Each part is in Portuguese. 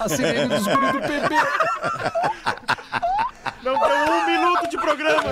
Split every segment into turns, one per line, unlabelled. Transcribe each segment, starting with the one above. A sirene dos guri do PP.
Não tem um minuto de programa.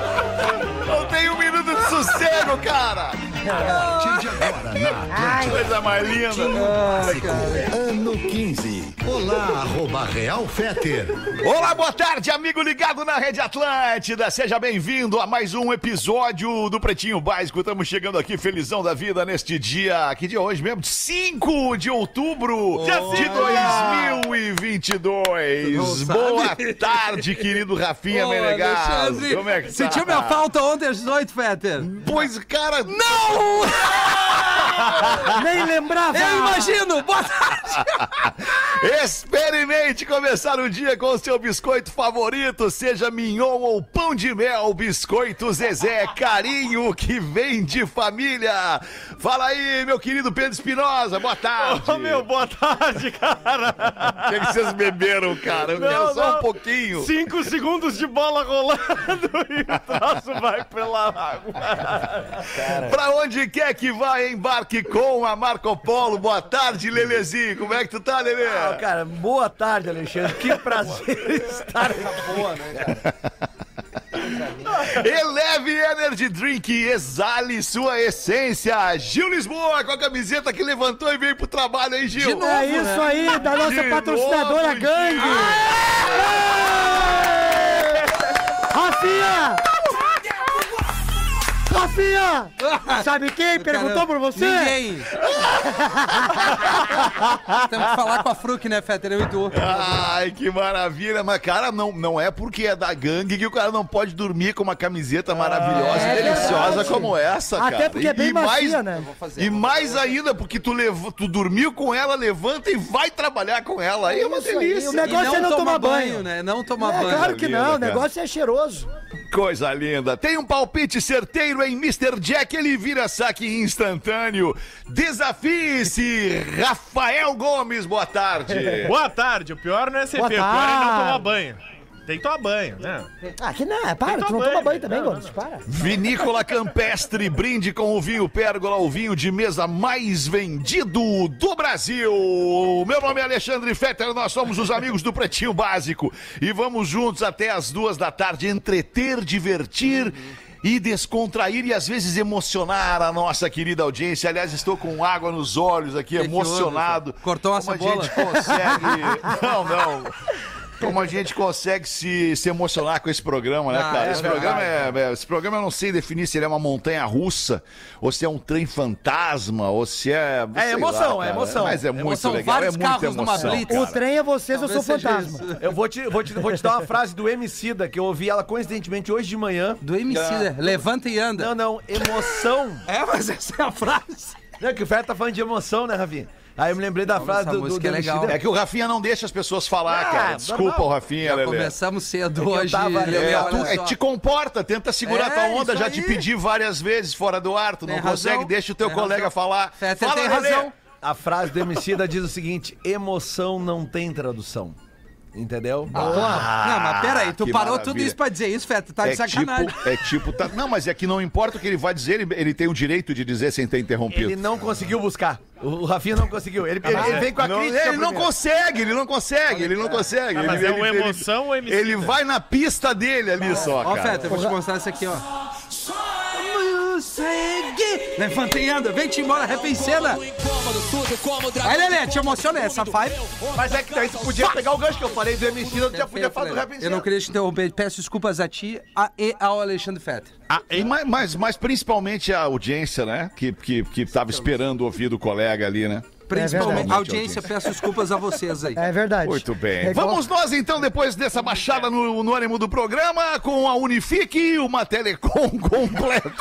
Não tem um minuto de sossego, cara!
A partir de agora na Atlântida. um
Coisa mais linda!
Ano 15. Olá, arroba Real Feter.
Olá, boa tarde, amigo ligado na Rede Atlântida. Seja bem-vindo a mais um episódio do Pretinho Básico. Estamos chegando aqui, felizão da vida, neste dia, que dia é hoje mesmo? 5 de outubro de 2022.
Tu não
Boa
sabe?
tarde, querido Rafinha
Ô,
Menegas.
Alexandre,
Como é que tá?
Sentiu minha falta ontem às 18, Fetter?
Pois, cara... Não!
Nem lembrava. Eu imagino. Boa tarde.
Experimente começar o dia com o seu biscoito favorito, seja mignon ou pão de mel, biscoito Zezé, carinho que vem de família. Fala aí, meu querido Pedro Espinosa, boa tarde.
Ô, meu, boa tarde, cara.
O que, que vocês beberam, cara? Eu
Não,
quero só
não.
um pouquinho.
Cinco segundos de bola rolando e o troço vai pela água.
Pra onde quer que vá, embarque com a Marco Polo. Boa tarde, Lelezinho. Como é que tu tá, Lele?
Cara, boa tarde, Alexandre. Que prazer estar
Eleve Energy Drink, exale sua essência. Gil Lisboa com a camiseta que levantou e veio pro trabalho, hein, Gil?
De novo,
É isso aí, da nossa
De
patrocinadora
novo,
Gangue. Rafinha! Rafinha! Sabe quem perguntou por você?
Ah,
É,
Ninguém. Temos que falar com a Fruc, né, Fetter? Eu e tu.
Ai, que maravilha. Mas, cara, não, não é porque é da gangue que o cara não pode dormir com uma camiseta maravilhosa
é
e deliciosa
verdade.
como essa,
Até
cara.
porque é bem macia, né? Eu vou
E mais ainda, porque tu, lev- tu dormiu com ela, levanta e vai trabalhar com ela. Aí é uma
Isso aí,
delícia.
o negócio- é não tomar banho.
né? Não tomar
É,
banho. né,
claro que
linda,
não, o
cara.
negócio é cheiroso.
Coisa linda. Tem um palpite certeiro em Mr. Jack, ele vira saque instantâneo. Desafie-se, Rafael Gomes, boa tarde.
Boa tarde. O pior não é ser
Boa
feio, o pior é não
tarde.
tomar banho. Tem que tomar banho, né?
Ah, que não, para, tu não
banho,
toma banho também,
não,
Gomes, para.
Vinícola Campestre, brinde com o vinho Pérgola, o vinho de mesa mais vendido do Brasil. Meu nome é Alexandre Fetter, nós somos os amigos do Pretinho Básico e vamos juntos até as duas da tarde entreter, divertir. E descontrair e às vezes emocionar a nossa querida audiência. Aliás, estou com água nos olhos aqui,
Que que
emocionado.
houve, Cortou a
Como a
cebola?
gente consegue. Não, não. Como a gente consegue se, se emocionar com esse programa, né,
Ah,
cara?
é
esse programa é, é, Esse programa eu não sei definir se ele é uma montanha russa, ou se é um trem fantasma, ou se é. sei
emoção,
lá,
é
cara.
emoção.
Mas é muito
São
legal, é
vários
muita
carros numa
emoção.
blitz.
cara.
O trem é vocês, eu
Talvez
sou
seja
fantasma.
isso.
Eu vou te, vou, te, vou te dar uma frase do Emicida, que eu ouvi ela coincidentemente hoje de manhã.
Do MC, né? Levanta e anda.
Não, não, emoção.
É, mas essa é a frase.
Não, que o Fer tá falando de emoção, né, Rafinha? Aí eu me lembrei da frase
essa
do, do,
música
do
é legal.
Emicida.
É que o Rafinha não deixa as pessoas falar,
Ah,
cara. Desculpa
normal.
o Rafinha,
Já
Lelê.
começamos cedo
eu
hoje.
tava-
Lelê,
É,
olha
tu- é,
só.
te comporta, tenta segurar
É,
tua onda,
isso
já te
aí.
pedi várias vezes fora do ar, tu não
Tem
consegue,
razão.
deixa o teu
Tem
colega
razão.
falar.
Fetter tem
Lelê.
razão.
A frase do Emicida diz o seguinte: emoção não tem tradução. Entendeu? Então,
Não, mas peraí, tu
que
parou tudo
maravilha.
isso pra dizer isso, Fetter? Tá de
é
sacanagem.
Tipo, é tipo, tá- não, mas é que não importa o que ele vai dizer, ele, ele tem o direito de dizer sem ter interrompido.
Ele não conseguiu buscar. O o Rafinha não conseguiu. Ele, ele, ele vem com a
Não,
crítica.
ele não
primeiro.
consegue, ele não consegue, ele não consegue.
mas
ele,
é uma emoção ou
ele,
Emicida?
ele vai na pista dele ali só,
Ó,
cara.
Feta, eu vou te mostrar isso aqui, ó. Segue. Levanta e anda, vem-te embora, repensena. Vai, Lelê, te emociona essa vibe.
Mas é que daí tu podia pegar o gancho que eu falei do Emicida, tu já podia falar do Rap
Eu não queria te interromper, peço desculpas a ti a, e ao Alexandre Fetter.
Ah, e mas, mas, mas principalmente a audiência, né? Que, que, que tava esperando ouvir do colega ali, né?
Principalmente,
verdade.
audiência, peço desculpas a vocês aí.
É verdade.
Muito bem.
É igual-
Vamos nós então, depois dessa baixada no, no ânimo do programa, com a Unifique e uma Telecom completa.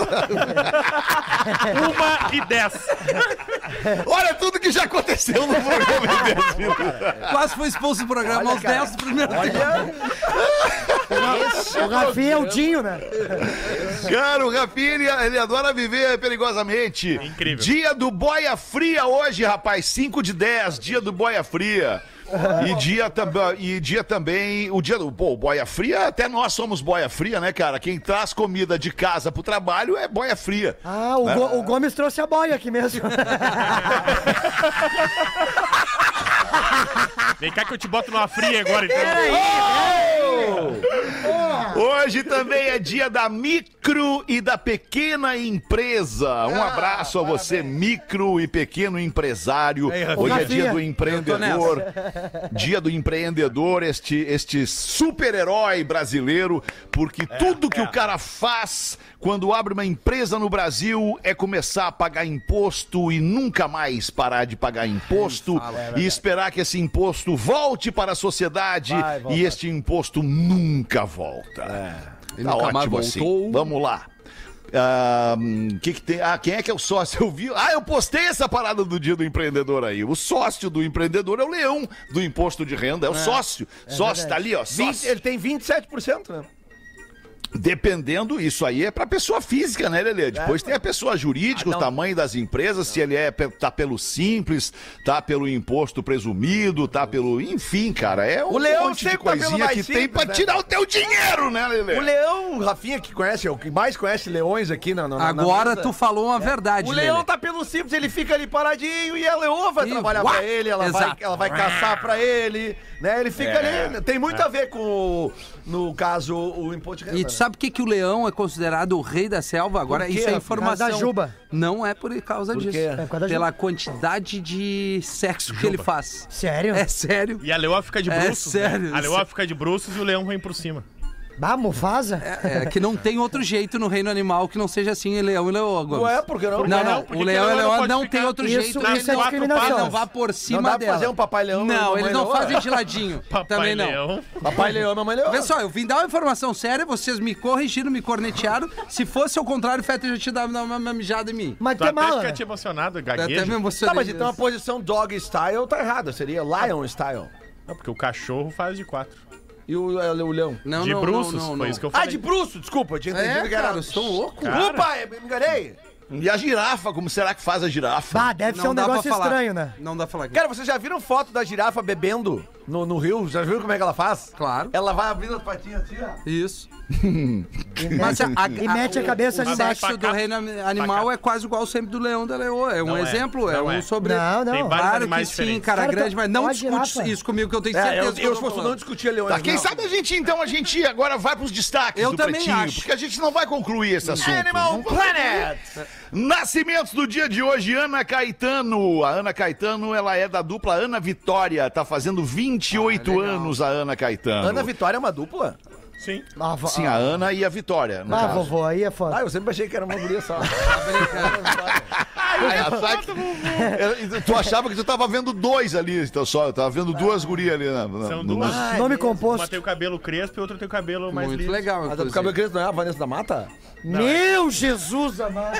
Uma e dez.
Olha tudo que já aconteceu no programa. meu Deus.
Quase foi expulso do programa aos 10 do primeiro tempo.
O Rafinha é o Dinho, né?
Cara, o Rafinha, ele, ele adora viver perigosamente.
Incrível.
Dia do Boia Fria hoje, rapaz. 5 de 10, dia do Boia Fria. E dia, também, e dia também, o dia do. Pô, o Boia Fria, até nós somos Boia Fria, né, cara? Quem traz comida de casa pro trabalho é Boia Fria.
Ah, o, Go- o Gomes trouxe a boia aqui mesmo.
Vem cá que eu te boto numa fria agora. então.
Hoje também é dia da micro e da pequena empresa. Um abraço a você, micro e pequeno empresário. Hoje é dia do empreendedor. Dia do empreendedor, este, este super-herói brasileiro, porque
É,
tudo que o cara faz quando abre uma empresa no Brasil é começar a pagar imposto e nunca mais parar de pagar imposto
é
e esperar que esse imposto volte para a sociedade
Vai voltar.
e este imposto nunca volta.
E
Tá
É. nunca mais
ótimo assim.
voltou.
Vamos lá. Ah, que que tem? Ah, quem é que é o sócio? Eu vi. Ah, eu postei essa parada do dia do empreendedor aí. O sócio do empreendedor é o leão do imposto de renda, é o sócio. sócio tá ali, ó.
Vinte-
Sócio.
ele tem 27%, né?
Dependendo, isso aí é pra pessoa física, né,
É,
Lelê? Depois tem a pessoa
Ah,
jurídica, o tamanho das empresas, se ele é pe- tá pelo simples, tá pelo imposto presumido, tá pelo. Enfim, cara, é um
O leão
monte de
sempre tá pelo
coisinha
mais
que tem
simples,
pra
né?
tirar o teu dinheiro, né, Lelê?
O leão, o Rafinha, que conhece, é o que mais conhece leões aqui na. na- na-
Agora
na mesa.
tu falou uma verdade,
O
Lelê.
leão tá pelo simples, ele fica ali paradinho e a leoa vai
E
trabalhar
uá!
pra ele, ela vai,
Exato.
ela vai caçar pra ele, né? Ele fica ali. Tem muito a ver com, o, no caso, o imposto de renda.
E tu
né?
sabe por que, que o leão é considerado o rei da selva? Agora,
quê,
isso é
Rafinha?
informação.
Por causa da juba.
Não é por causa disso.
quê? É
por causa da
Pela quantidade de sexo que ele faz.
Sério?
É sério.
E a leoa fica de
É
bruços. né?
sério.
A leoa fica de bruços e o leão vem por cima.
Ah, Mufasa?
É que não tem outro jeito no reino animal que não seja assim, leão e leoa. Gomes.
né? Ué, por que não?
Não,
não?
não.
Por que que
o leão e
leão não
leoa
pode
não
ficar
tem outro
Isso-
jeito.
isso
ele
é
não-
discriminação.
Ele não vá por cima
dá pra
dela.
fazer um papai leão e
Não,
mamãe
eles não
leoa?
fazem de ladinho.
Papai
Também não.
leão.
Papai leão e mamãe leão.
Vê só, eu vim dar uma informação séria, vocês me corrigiram, me cornetearam. Se fosse ao contrário, o Feta já te dava uma uma mijada em mim.
Mas
Tu
tem
até
mala. né?
fica te
tipo,
emocionado,
Eu até me
gagueja.
Tá,
emocionei.
mas
é
então a posição dog style tá errada, seria lion style.
Não, porque o cachorro faz de quatro.
E o, é, o leão?
não,
de
não,
bruços,
não, não,
foi
não.
isso que eu
Ah,
falei.
de bruxo, desculpa, eu tinha entendido
É,
que era.
cara, eu sou louco.
Opa, eu me enganei.
E a girafa, como será que faz a girafa?
Bah, deve ser um
dá pra
negócio
falar.
estranho, né?
Não dá pra falar.
Cara, vocês já viram foto da girafa bebendo no, no rio? Já viram como é que ela faz?
Claro.
Ela vai abrindo as patinhas assim, ó.
Isso. Mas a- a-
E mete a
o-
cabeça
o,
ali embaixo.
sexo do reino animal é quase igual sempre do leão da leoa. É um
Não é,
exemplo, é
não
um
é.
sobre...
Não,
Tem
não.
vários
Claro que
animais
sim,
diferentes.
cara,
Cara, então
grande,
tô-
mas não
ó a
discute
girafa.
isso comigo, que eu tenho
É,
certeza
eu,
que
eu,
tô
fosse não
falando.
discutia leões.
Tá, quem
não.
sabe a gente, então, a gente agora vai pros destaques
Eu
do
também
Pretinho,
acho.
porque a gente não vai concluir esse assunto.
Animal Planet!
Nascimentos do dia de hoje, Ana Caetano. A Ana Caetano, ela é da dupla Ana Vitória, tá fazendo 28 anos a Ana Caetano.
Ana Vitória é uma dupla?
Sim.
Tá
Ah, vo-
Sim, a Ana e a Vitória, no
Ah,
caso.
vovô, aí é
Ah,
foda.
eu sempre achei que era uma guria só.
Tá
Ai, achava que- tá Eu- Tu achava que tu tava vendo dois ali, então só, eu tava vendo duas gurias ali. né? Na, na-
São
no-
duas.
Nome
Uma
composto.
tem o cabelo crespo e outra tem o cabelo mais
Muito
liso.
legal,
Mas o
inclusive.
cabelo crespo não é a Vanessa da Mata?
é.
Meu Jesus amado.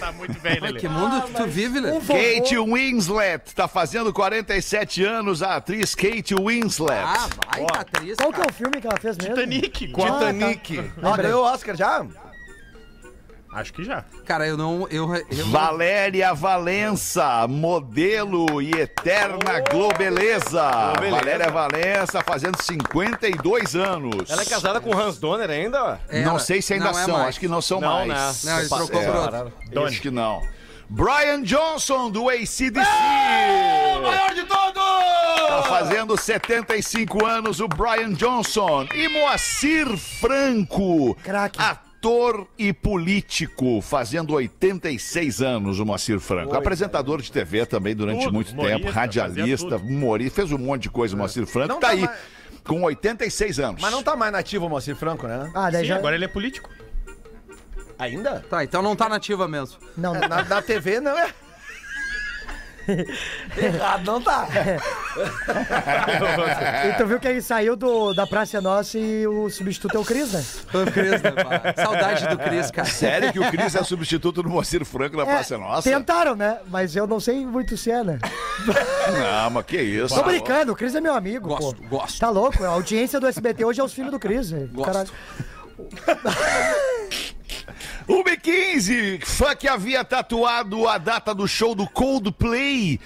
Tá muito bem, Lelê.
Que mundo que tu vive, Lelê?
Um vovô.
Kate Winslet, tá fazendo 47 anos a atriz Kate Winslet.
Ah, vai, Patrícia.
Qual que é o filme que ela fez mesmo?
Titanic.
Ah, tá.
Ela ganhou o Oscar já?
Acho que já.
Cara, eu não. Eu, eu-
Valéria Valença, modelo e eterna globeleza. Valéria Valença fazendo 52 anos.
Ela é casada com o Hans Donner ainda? ó?
era,
Não sei se ainda
não é
são,
mais.
acho que não são
Não,
mais.
né?
É.
Não, ele trocou por outro.
Acho que não. Brian Johnson, do ACDC.
Maior de todos!
Tá fazendo 75 anos o Brian Johnson. E Moacir Franco.
Craque.
Ator e político, fazendo 86 anos o Moacir Franco. Apresentador de TV também durante
é. Tudo,
muito
humorista,
tempo, radialista,
fazia tudo.
humorista, fez um monte de coisa o Moacir Franco.
Não
tá
tá
aí,
mais-
com 86 anos.
Mas não tá mais nativo o Moacir Franco, né?
Ah, daí
Sim,
já...
agora ele é político.
Ainda?
Tá, então não tá nativa mesmo.
Não, não.
Na, na TV não é. Errado não tá.
E tu Então viu que ele saiu do, da Praça é Nossa e o substituto é o Cris, né?
O Cris, né, pá? Saudade do Cris, cara.
Sério que o Cris é substituto do Moacir Franco na Praça
É,
Nossa?
Tentaram, né? Mas eu não sei muito se é, né?
Não, mas que isso.
Tô brincando, o Cris é meu amigo,
Gosto,
pô.
gosto.
Tá louco? A audiência do SBT hoje é os filhos do Cris. né?
Gosto.
Caralho.
Tá 1h15, fã que havia tatuado a data do show do Coldplay.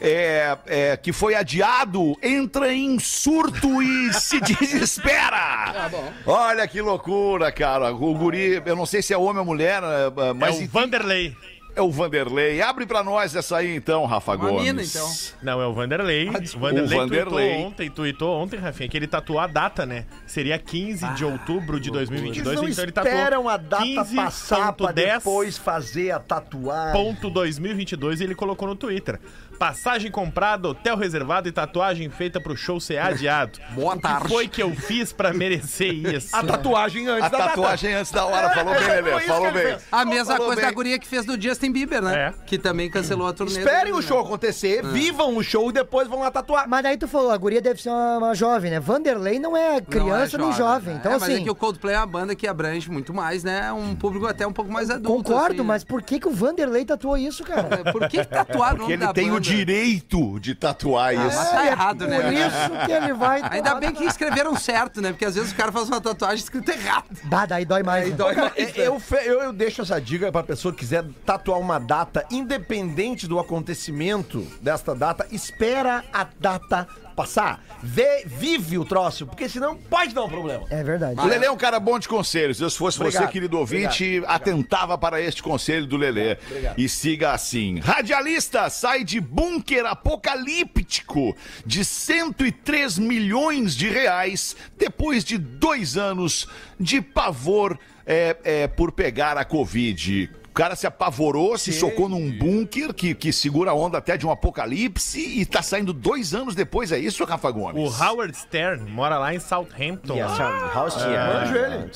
é, é, que foi adiado, entra em surto e se desespera.
Tá
Olha que loucura, cara. O guri, eu não sei se é homem ou mulher, eh,
É
mas
o Vanderlei.
é, é o Vanderlei. Abre pra nós essa aí então, Rafa
Uma
Gomes.
mina, então.
Não, é o Vanderlei.
Ah,
o Vanderlei,
O Vanderlei.
Tuitou ontem, tuitou ontem, Rafinha, que ele tatuou a data, né? Seria 15 de outubro de 2022,
Ah, Eles
então
não
ele tatuou
esperam a data passar pra
15.10.
depois fazer a tatuagem.
Ponto 2022 e ele colocou no Twitter. Passagem comprada, hotel reservado e tatuagem feita pro show ser adiado.
Boa
O que
tarde.
foi que eu fiz pra merecer isso?
É. A tatuagem antes
A
da tatuagem.
tatuagem antes da hora, falou bem, Lelê, falou bem.
A mesma
Falou
coisa
bem.
da guria que fez do Justin Bieber, né?
É.
Que também cancelou a turnê.
Esperem
dele,
o
né?
show acontecer, vivam o show e depois vão lá tatuar.
Mas daí tu falou, a guria deve ser uma, uma jovem, né? Vanderlei não é
Não é
criança nem jovem.
né?
Então,
É,
assim,
Mas é que o Coldplay é uma banda que abrange muito mais, né? Um público até um pouco mais adulto.
concordo,
assim.
mas por que, que o Vanderlei tatuou isso, cara?
É, Por que tatuar no
Que ele
da
tem o
banda?
direito de tatuar
Ah,
isso.
mas tá errado,
É, Por
né?
isso que ele vai.
Ainda bem que escreveram certo, né? Porque às vezes o cara faz uma tatuagem escrita errado. É,
Bah, daí dói mais. né?
Cara, é, eu, fe- eu, eu deixo essa dica pra pessoa que quiser tatuar uma data, independente do acontecimento desta data, espera a data passar. Vê, vive o troço, porque senão pode dar um problema.
É verdade.
O Lelê é um cara bom de conselhos. Eu, se fosse
Obrigado,
você, querido ouvinte, atentava para este conselho do Lelê. E siga assim: Radialista sai de bunker apocalíptico de 103 milhões de reais depois de dois anos de pavor é, é, por pegar a Covid. O cara se apavorou, se socou num bunker que, que segura a onda até de um apocalipse e tá saindo dois anos depois. É isso, Rafa Gomes?
O Howard Stern mora lá em Southampton.
é Manjo ele.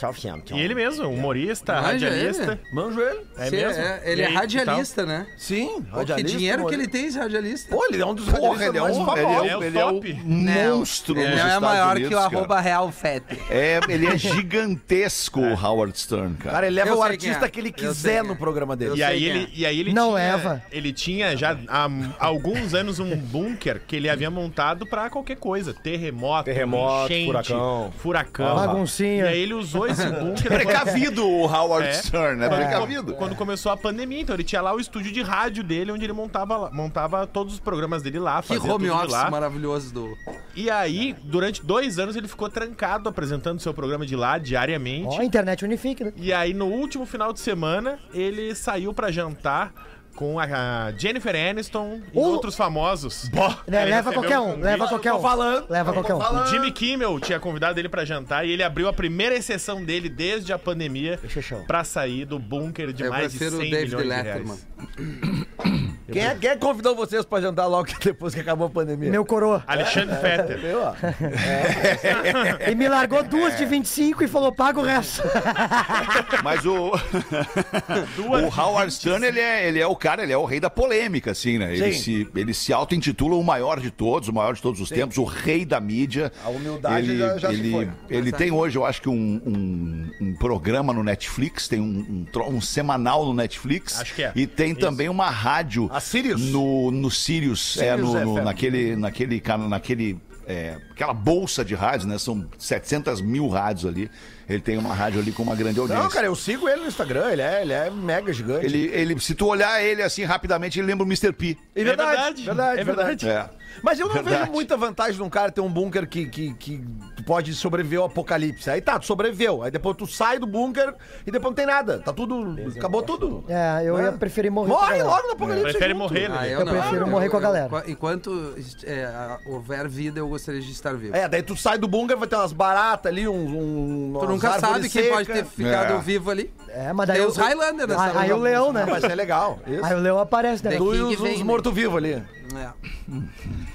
E É. ele mesmo, humorista,
Manja
radialista.
ele.
Manjo ele.
É
Sim,
mesmo?
é, ele
E
é
aí,
radialista, né?
Sim.
Pô, que dinheiro que ele tem esse radialista.
Pô, ele é um dos
Porra,
radialistas
ele é
mais
um, ele
É
famosos.
é um,
o
ele é um
top.
monstro
Ele
nos
é
Estados
maior
Unidos,
que o
cara.
arroba real fete.
É, ele é gigantesco, o Howard Stern, cara.
Cara, ele leva
Eu
o
sei quem é.
artista que ele
Eu sei
quiser
quem é.
no programa dele.
E aí,
sei
ele, e aí ele
Não
tinha,
leva.
Ele tinha já há m- alguns anos um bunker que ele havia montado pra qualquer coisa. Terremoto,
Terremoto,
enchente,
furacão.
furacão.
Baguncinha.
E aí ele usou esse bunker.
Precavido o Howard
É.
Stern, né? Precavido.
Quando começou a pandemia, então ele tinha lá o estúdio de rádio dele, onde ele montava, lá- montava todos os programas dele lá,
Que
fazia
home
tudo de
office
lá.
maravilhoso do.
E aí, durante dois anos, ele ficou trancado apresentando seu programa de lá diariamente.
Ó, a internet unifica, né?
E aí, no último final de semana, ele saiu pra jantar com a a Jennifer Aniston e
O-
outros famosos.
Né,
Ele
leva
recebeu
qualquer
um
um,
convite.
leva qualquer um.
falando,
Leva qualquer um.
O Jimmy Kimmel tinha convidado ele pra jantar e ele abriu a primeira exceção dele desde a pandemia
eu- um.
pra sair do bunker de
Eu
mais de 100
prefiro o
milhões
David
de
Letterman.
reais.
Quem, é- quem convidou vocês pra jantar logo depois que acabou a pandemia?
Meu coroa.
Alexandre Fetter.
Meu, ó.
E me largou duas de 25 e falou, paga o resto.
Mas o, o Howard Stern, ele é, ele é o cara, ele é o rei da polêmica, assim, né? Ele
Sim.
se, ele se auto-intitula o maior de todos, o maior de todos os tempos, o rei da mídia.
A humildade
ele,
já- já se
ele,
foi, né?
Ele tem hoje, eu acho que um, um- um programa no Netflix, tem um, um tro- um semanal no Netflix.
Acho que é.
E tem também uma rádio.
A Sirius?
No, no Sirius, é,
Sirius
no, no-
FM.
naquele, naquele, cara- naquele é, aquela bolsa de rádios, né? São 700 mil rádios ali. Ele tem uma rádio ali com uma grande audiência.
Não, cara, eu sigo ele no Instagram, ele é, ele é mega gigante.
Ele, ele, se tu olhar ele assim rapidamente, ele lembra o Mr. P.
É
verdade,
verdade, verdade,
é verdade.
É.
Mas eu não
Verdade.
vejo muita vantagem de um cara ter um bunker que, que, que tu pode sobreviver ao apocalipse. Aí tá, tu sobreviveu. Aí depois tu sai do bunker e depois não tem nada. Tá tudo. Acabou tudo.
É, eu
É.
ia preferir morrer. com a
Morre
galera.
logo no apocalipse.
Prefere
junto.
morrer, né?
Ah,
Eu prefiro morrer com a galera.
enqu- enquanto é, a- houver vida, eu gostaria de estar vivo.
É, daí tu sai do bunker, vai ter umas baratas ali, um. um
Tu
umas
nunca sabe
árvores
quem pode ter
secas.
ficado
É.
vivo ali.
É, mas daí.
Tem
eu-
os Highlander nessa
Aí, aí
hora.
o leão, né?
Não, mas é legal. Isso.
Aí o leão aparece, né?
Tem
Tu
King
e os,
vem,
os
né?
mortos-vivos ali.
É.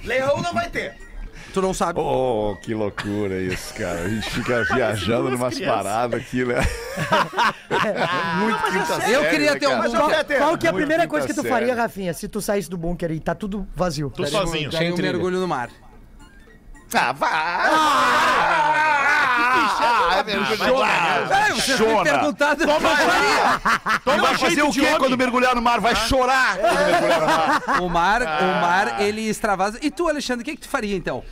Leão não vai ter.
Tu não sabe.
Oh, que loucura isso, cara. A gente fica viajando numas paradas aqui, né? Muito quinta
Eu queria
né,
ter um
cara?
Mas não vai ter.
Qual que é a
Muito quinta
primeira
tá
coisa que tu
série.
faria, Rafinha, se tu saísse do bunker e tá tudo vazio?
Tu sozinho.
Daria um mergulho no mar.
Ah, vai! Ah,
Peraí, vocês me perguntaram.
Então vai fazer o quê quando mergulhar no mar? Vai chorar! quando mergulhar no mar.
O mar, o mar, ele extravasa. E tu, Alexandre, o que, que tu faria então?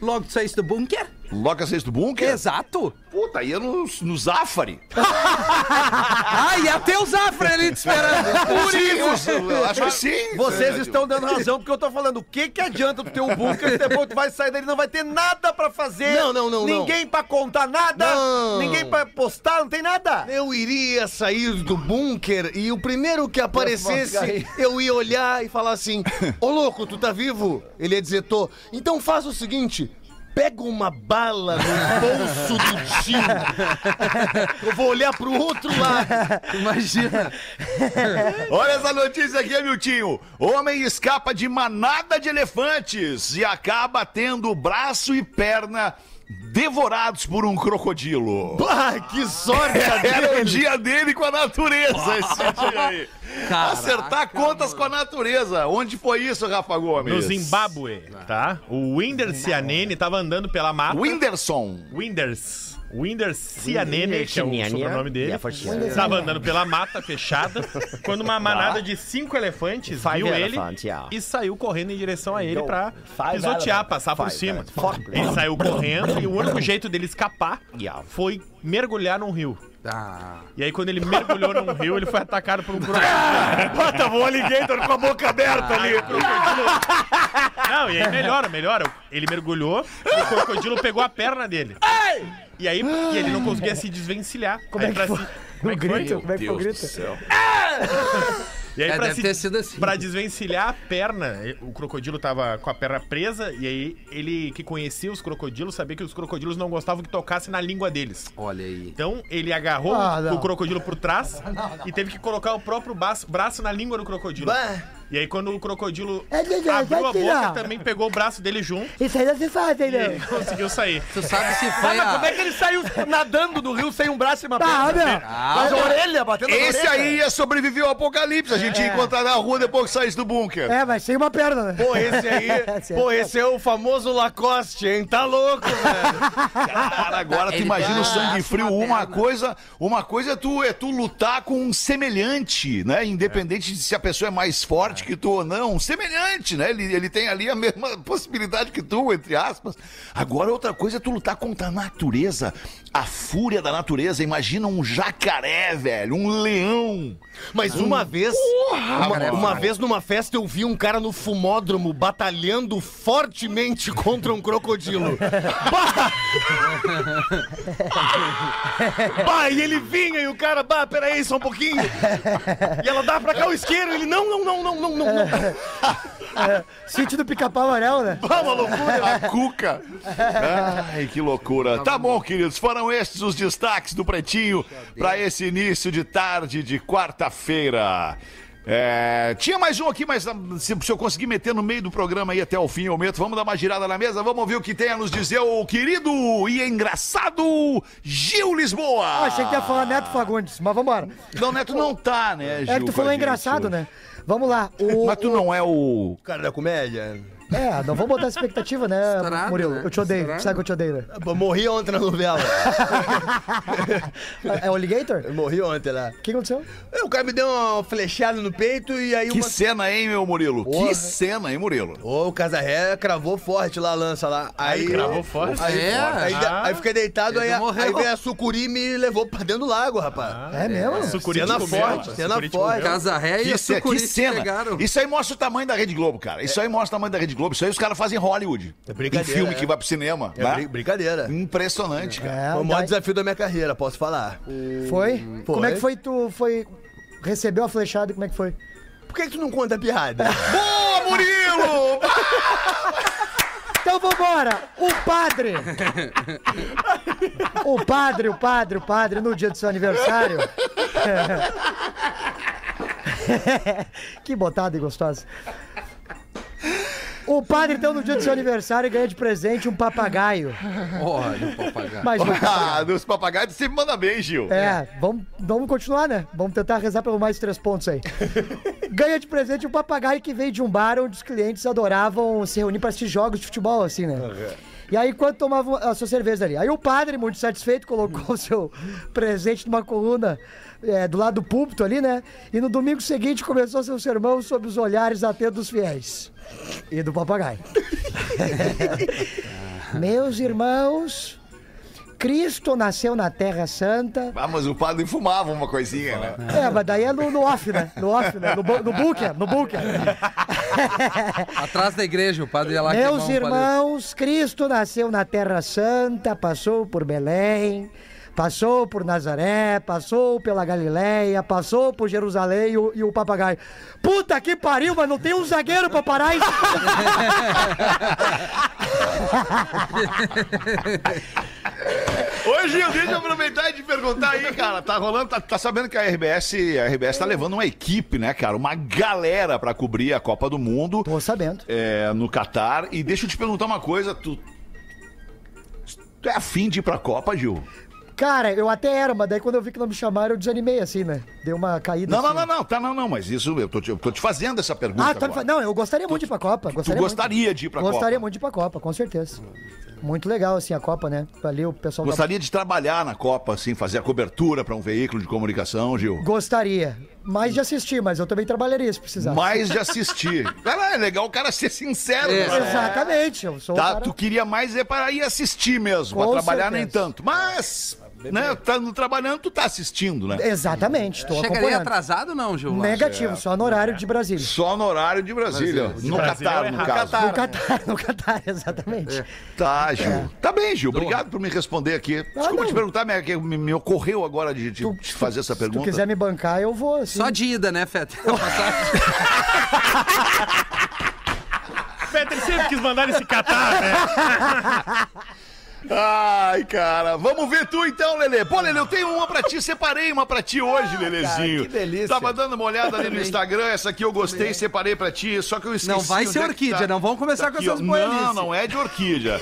Logo tu saísse do bunker?
Loca 6 do Bunker?
Exato.
Pô, tá aí no, no Zafari.
Ah, e até o Zafra ali te esperando.
Por isso! Eu acho que sim.
É,
Vocês estão dando razão porque eu tô falando. O que que adianta tu ter um bunker e depois tu vai sair dele não vai ter nada pra fazer?
Não, não, não, não.
Ninguém pra contar nada,
Não.
ninguém pra postar, não tem nada.
Eu iria sair do bunker e o primeiro que aparecesse, eu ia olhar e falar assim: Ô louco, tu tá vivo? Ele ia dizer: tô. Então faz o seguinte. Pega uma bala no bolso do tio. Eu vou olhar pro outro lado.
Imagina.
Olha essa notícia aqui, Miltinho. Homem escapa de manada de elefantes e acaba tendo braço e perna devorados por um crocodilo.
Bah, que sorte!
É,
Era o dia dele com a natureza esse dia aí.
Caraca,
Acertar contas com a natureza. Onde foi isso, Rafa Gomes?
No Zimbábue, tá? O Winder Cianene tava andando pela mata.
Whindersson.
Winders. Winder Cianene, que é o sobrenome dele,
Yeah.
estava andando pela mata fechada quando uma manada de cinco elefantes
Tá. Five
viu ele
elephants, yeah.
e saiu correndo em direção a ele pra
Five
pisotear,
elephants,
passar por
five
cima.
elephants, fuck.
Ele saiu correndo e o único jeito dele escapar
Yeah.
foi mergulhar num rio.
Ah.
E aí quando ele mergulhou num rio, ele foi atacado por um crocodilo.
Ah, Bota o alligator com a boca aberta ali.
Não, e aí melhora, melhora. Ele mergulhou e o crocodilo pegou a perna dele. E aí e ele não conseguia se desvencilhar. Como é que foi? Como é que foi?
Grito, como é que foi o grito?
E aí,
É,
pra,
deve
se-
ter sido assim.
pra desvencilhar a perna, o crocodilo tava com a perna presa, e aí ele que conhecia os crocodilos sabia que os crocodilos não gostavam que tocasse na língua deles.
Olha aí.
Então ele agarrou
Ah,
o-
não.
o crocodilo por trás e teve que colocar o próprio baço- braço na língua do crocodilo. E aí quando o crocodilo
É, é, é,
abriu a
vai tirar. É.
boca, também pegou o braço dele junto
Isso aí não se faz, hein,
e ele
meu?
conseguiu sair.
Tu sabe se foi a...
Como é que ele saiu nadando do rio sem um braço e
Ah,
uma perna?
Tá, meu.
Com as orelhas batendo na
Esse
orelha.
aí ia sobreviver ao apocalipse. A gente ia encontrar na rua depois que saísse do bunker.
É, mas sem uma perna, né?
Pô, esse aí. Pô, esse é o famoso Lacoste, hein? Tá louco, velho.
Cara, agora tu
Ele
imagina
tem
o
um
sangue
braço,
frio.
uma
Uma
perna.
coisa, uma coisa é tu, é tu lutar com um semelhante, né? Independente de se a pessoa é mais forte que tu ou não. Um semelhante, né? Ele, ele tem ali a mesma possibilidade que tu, entre aspas. Agora, outra coisa é tu lutar contra a natureza. A fúria da natureza. Imagina um jacaré, velho. Um leão.
Mas uma vez. Uma, uma vez numa festa eu vi um cara no fumódromo batalhando fortemente contra um crocodilo. Bah! bah, e ele vinha e o cara, bah, peraí, só um pouquinho. E ela dá pra cá o isqueiro. Ele, não, não, não, não, não, não, não.
Sítio do pica-pau amarelo, né?
Pá, uma loucura. A cuca. Ai, que loucura. Tá bom, queridos. Foram estes os destaques do Pretinho para esse início de tarde de quarta-feira. É, tinha mais um aqui, mas ah, se, se eu conseguir meter no meio do programa aí até o fim, eu meto. Vamos dar uma girada na mesa, vamos ouvir o que tem a nos dizer o querido e engraçado Gil Lisboa.
Ah, achei que ia falar Neto Fagundes, mas vambora.
Não, Neto não tá, né, Gil?
É que tu
com
falou
a gente
engraçado,
hoje.
né? Vamos lá. O,
Mas tu não é o.
Cara da comédia.
É, não vamos botar expectativa, né,
Estourado,
Murilo?
né?
Eu te odeio,
Estourado.
sabe que eu te odeio, né?
Eu Morri ontem na novela.
É- É o Alligator?
Eu Morri ontem lá.
O que aconteceu?
O cara me deu uma flechada no peito e aí
Que
uma
cena, hein, meu Murilo? Que cena, hein, Murilo?
Ô, o Casarré cravou forte lá a lança lá. Aí.
Cravou forte.
Aí,
É?
aí,
Ah.
aí fiquei deitado, aí,
Ele morreu.
aí veio a sucuri e me levou pra dentro do lago, rapaz.
É, mesmo?
Sucuri
Cena
te comeu,
forte,
ó.
cena
Sucuri te
forte.
comeu.
Casa Ré e
Que,
a
ce- é, que
Sucuri
cena.
pegaram.
Isso aí mostra o tamanho da Rede Globo, cara. Isso aí mostra o tamanho da Rede Globo. Isso aí os caras fazem em Hollywood.
É
Tem
brincadeira,
filme
é.
que vai pro cinema.
É
né?
brin- brincadeira.
Impressionante, cara.
É,
Foi o
daí-
maior desafio da minha carreira, posso falar.
foi? Como é que
Foi.
foi tu foi recebeu a flechada, como é que foi?
Por que, que tu não conta a piada?
Boa, Murilo!
Então vambora! O padre! O padre, o padre, o padre, no dia do seu aniversário. que botada e gostosa. O padre, então, no dia do seu aniversário, ganha de presente um papagaio. um.
Olha o papagaio.
Mas não.
ah, dos papagaios sempre manda bem, Gil.
É, vamos, vamos continuar, né? Vamos tentar rezar pelo mais três pontos aí. Ganha de presente um papagaio que veio de um bar onde os clientes adoravam se reunir para assistir jogos de futebol, assim, né? E aí, quando tomavam a sua cerveja ali. Aí o padre, muito satisfeito, colocou o seu presente numa coluna é, do lado do púlpito ali, né? E no domingo seguinte começou seu sermão sob os olhares atentos dos fiéis. E do papagaio. Meus irmãos, Cristo nasceu na Terra Santa.
Ah, mas o padre fumava uma coisinha, né?
É, mas daí é no, no off, né? No off, né? No, bu- no bunker, no bunker.
Atrás da igreja, o padre ia lá queimar um
Meus
palito.
irmãos, Cristo nasceu na Terra Santa, passou por Belém, passou por Nazaré, passou pela Galileia, passou por Jerusalém e o, e o papagaio. Puta que pariu, mas não tem um zagueiro pra parar isso.
Ô, Gil, deixa eu aproveitar e te perguntar aí, cara. Tá rolando, tá, tá sabendo que a RBS, a RBS tá levando uma equipe, né, cara? Uma galera pra cobrir a Copa do Mundo
Tô sabendo.
é, no Catar. E deixa eu te perguntar uma coisa, tu. Tu é afim de ir pra Copa, Gil?
Cara, eu até era, mas daí quando eu vi que não me chamaram, eu desanimei, assim, né? Deu uma caída.
Não,
assim.
não, não, não, tá, não, não, mas isso eu tô te, eu tô te fazendo essa pergunta.
Ah, tá
agora.
me falando. Não, eu gostaria muito de ir pra Copa.
Tu
Gostaria muito.
gostaria de ir pra
gostaria
Copa?
muito de ir pra Copa, com certeza. Muito legal, assim, a Copa, né? Ali o pessoal da-
Gostaria de trabalhar na Copa, assim, fazer a cobertura pra um veículo de comunicação, Gil?
Gostaria. Mais de assistir, mas eu também trabalharia se precisar.
Mais de assistir. Cara, é legal o cara ser sincero,
É.
né?
Exatamente, eu sou o
Tá,
cara...
tu queria mais é para ir assistir mesmo, pra
Com
trabalhar nem
certeza.
tanto. Mas, né, tá no trabalhando, tu tá assistindo,
É.
né?
Exatamente, tô
Chegaria
acompanhando.
atrasado, não, Gil? Lacho?
Negativo, só no horário de Brasília.
Só no horário de Brasília, no
Brasília é
Catar, no
errado.
caso.
No Catar, no Catar, exatamente.
Tá, Gil. Tá bem, Gil. Obrigado por me responder aqui. Desculpa
não.
te perguntar, me, que me, me ocorreu agora de, de te fazer essa
Se tu
pergunta.
quiser me bancar, eu vou, assim.
Só de ida, né, Feta? Passagem.
Peter sempre quis mandar esse catar, né?
Ai, cara. Vamos ver tu então, Lelê. Pô, Lelê, eu tenho uma pra ti. Separei uma pra ti hoje, Lelezinho.
que delícia.
Tava dando uma olhada ali no Instagram. Essa aqui eu gostei, separei pra ti. Só que eu esqueci.
Não vai
onde
ser
é que
orquídea, não vamos começar com
Tá aqui, ó.
essas boianices.
Não, não é de orquídea.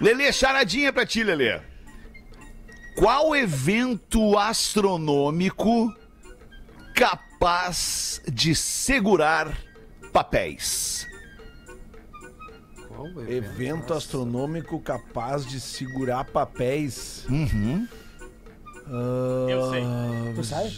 Lelê, charadinha pra ti, Lelê. Qual evento astronômico capaz de segurar papéis?
Evento astronômico capaz de segurar papéis.
Eu sei.
Tu sabe?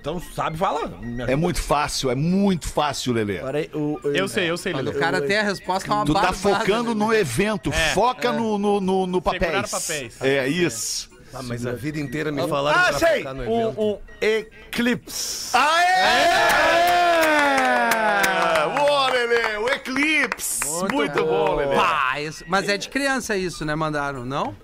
Então sabe, fala. Me
É muito fácil, é muito fácil, Lelê.
ajuda. Peraí, o-
Eu sei, eu sei, Lelê.
O cara tem a resposta, é uma
Tu tá
barbada,
focando
né?
no evento, foca no, no, no, no papéis.
Segurar papéis.
É isso.
Ah, mas a vida inteira me falaram
Ah,
pra
sei!
focar no
Um,
evento.
um eclipse.
Aê! Boa, Lelê! O Eclipse! Muito, bom, Lelê.
Pá, isso- mas é de criança isso, né? Mandaram, não?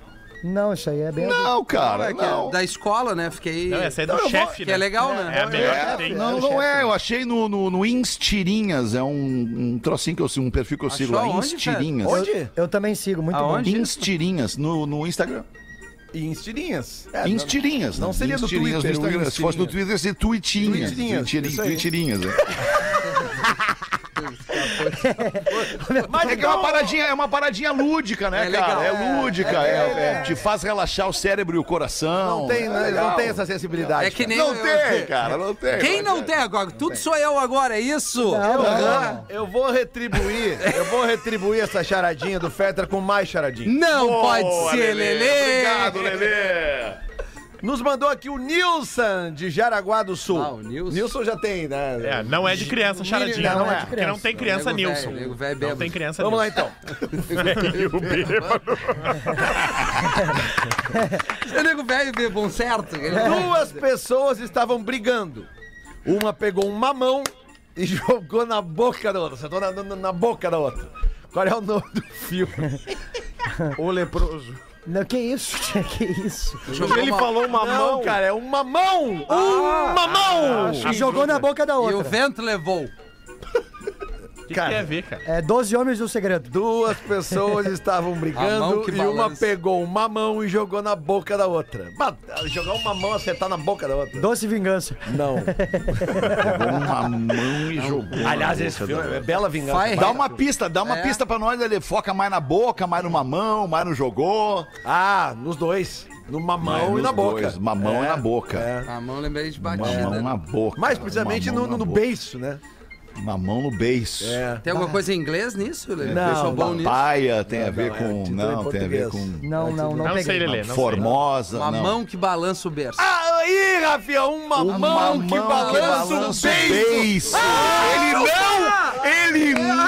Não, isso aí é bem...
Não, cara,
Que é
não.
Da escola, né? Fiquei.
Não, essa é do chefe,
que
né?
é legal, né?
É a melhor que
É,
tem.
não, não é, eu achei no, no, no Instirinhas, é um, um trocinho que eu sigo, um perfil que eu sigo
Achou
lá,
aonde,
Instirinhas.
Onde?
Eu também sigo, muito
Aonde?
Instirinhas, no, no Instagram.
E em estirinhas.
Instirinhas,
não seria do
Instirinhas no
Twitter, o
Instagram. Se fosse no Twitter, ia ser Tweetinhas.
Tweetinhas,
Tweetinhas.
isso aí.
Tweetinhas, né?
Mas
É que é uma paradinha, é uma paradinha lúdica, né,
É
cara?
legal.
É lúdica, é, é- te faz relaxar o cérebro e o coração.
Não tem, né? não tem essa sensibilidade.
É que nem.
Não
eu-
assim,
tem, cara, não tem.
Quem não tem agora? Tudo sou eu agora, é isso?
Não, não,
Aham.
não.
Eu vou retribuir, eu vou retribuir essa charadinha do Fetter com mais charadinha.
Não
Boa,
pode ser, Lelê!
Obrigado, Lelê!
Nos mandou aqui o Nilson de Jaraguá do Sul.
Ah, o Nilson.
já tem, né?
É, não é de criança, charadinha.
Não é de
Porque não tem criança,
Nego
Nilson.
velho, nego velho
não
bêbado.
tem criança,
Vamos lá
Nilson.
então.
Eu nego velho vê bom certo.
Duas pessoas estavam brigando. Uma pegou um mamão e jogou na boca da outra. Sentou na, na- na boca da outra. Qual é o nome do filme? o leproso.
Não, que isso, tia, que isso.
Jogou
Ele
uma-
falou uma
Não,
mão.
cara, é um mamão! um mamão!
Jogou na boca da
E o
outra.
vento levou.
O que, que tem a ver, cara?
É 12 Homens e um Segredo.
Duas pessoas estavam
A mão
brigando
que
e uma
balança.
pegou um mamão e jogou na boca da outra. Bah, Jogar um mamão, acertar na boca da outra.
Doce Vingança.
Não.
Pegou uma mão e jogou.
Aliás, esse filme é bela vingança.
Vai,
Dá uma pista, dá uma
É.
pista pra nós, Lelê. Foca mais na boca, mais no mamão, mais no jogou.
Ah, nos dois. No mamão
Nos
e na boca. É.
dois, Mamão e na boca.
A Ah, mão lembrei de batida.
Mamão na
né?
boca.
Mais precisamente
Mamão
no, no,
na
no É.
boca.
beiço, né?
Mamão no beiço.
Tem alguma coisa em inglês nisso? Lelê?
Não,
Eu sou bom nisso.
Paia tem a ver
não, é
com.
título em
Não, tem a ver
português.
com.
Não, não, não,
Não sei,
peguei.
Lelê. Não sei.
Formosa.
Uma
não.
mão que balança o berço.
Aí, Rafinha, um mamão, que balança um beiço.
Ele não, ele não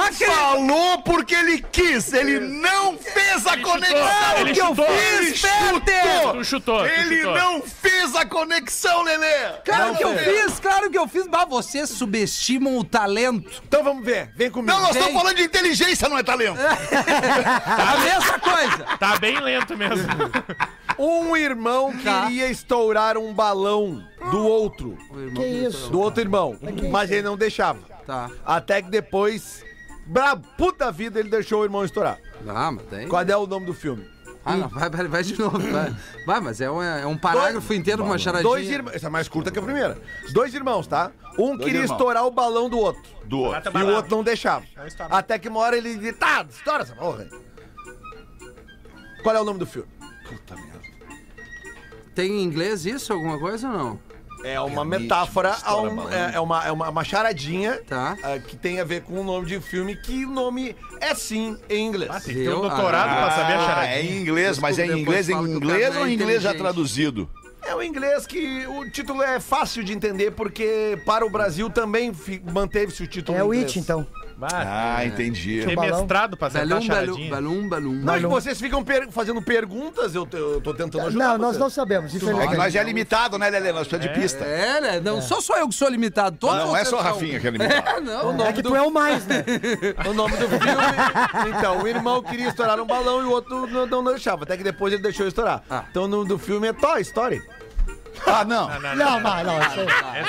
Ah,
falou porque ele quis. Ele não fez a conexão
ele
que eu
chutou.
fiz,
Tu
Peter!
chutou. tu
Ele
chutou.
não fez a conexão, Lelê!
Claro
Não
que eu
fez.
fiz, claro que eu fiz. Bah, vocês subestimam o talento.
Então vamos ver, vem comigo.
Não, nós estamos
Gente.
falando de inteligência, não é talento.
A mesma coisa.
Tá bem lento mesmo.
Um irmão
Tá.
queria estourar um balão do outro,
Que isso?
do outro irmão, mas ele não deixava.
Tá.
Até que depois, brabo, puta vida, ele deixou o irmão estourar.
Ah, mas tem.
Qual é o nome do filme?
Ah, não, vai, vai, vai de novo. Vai, Vai, mas é um, é um parágrafo inteiro com uma charadinha.
Dois irmãos, essa é mais curta que a primeira. Dois irmãos, tá? Um queria
irmãos.
estourar o balão do outro.
Do outro.
Então,
E o outro não deixava. Até que uma hora ele disse, tá, estoura essa porra. aí." Qual é o nome do filme?
Tem em inglês isso, alguma coisa ou não?
É uma metáfora, a um-
estoura
é, é uma, é uma, uma charadinha
Tá.
ah, que tem a ver com o nome de um filme, que o nome é sim em inglês.
Ah, tem que ter um
Eu-
doutorado pra saber a
Ah, é
charadinha.
em inglês, mas é em
Depois
inglês, em
fala que o
inglês
cara
ou
é
em inglês já
inteligente.
traduzido?
É o inglês que o título é fácil de entender, porque para o Brasil também fi- manteve-se o título
É
em
o
inglês.
It, então.
Bah,
Ah, entendi.
tem
balão.
mestrado pra
tá
acertar a
Balum, balum,
charadinha.
balum, balum.
Não, é que vocês ficam per- fazendo perguntas, eu, te- eu tô tentando ajudar.
Não, nós
vocês.
não sabemos,
É que
infelizmente.
nós é limitado, né, Lelê? Nós precisamos de pista.
É, né? Não sou só eu que sou limitado. Todos
Não, é
vocês
só o
são.
Rafinha que é limitado.
É, não.
É que tu é o mais, né?
O nome do filme. Então, o irmão queria estourar um balão e o outro não, não deixava. Até que depois ele deixou estourar.
Ah.
Então, o nome do filme é Toy Story.
Ah, não.
Não, não, não. isso aí-
Agora,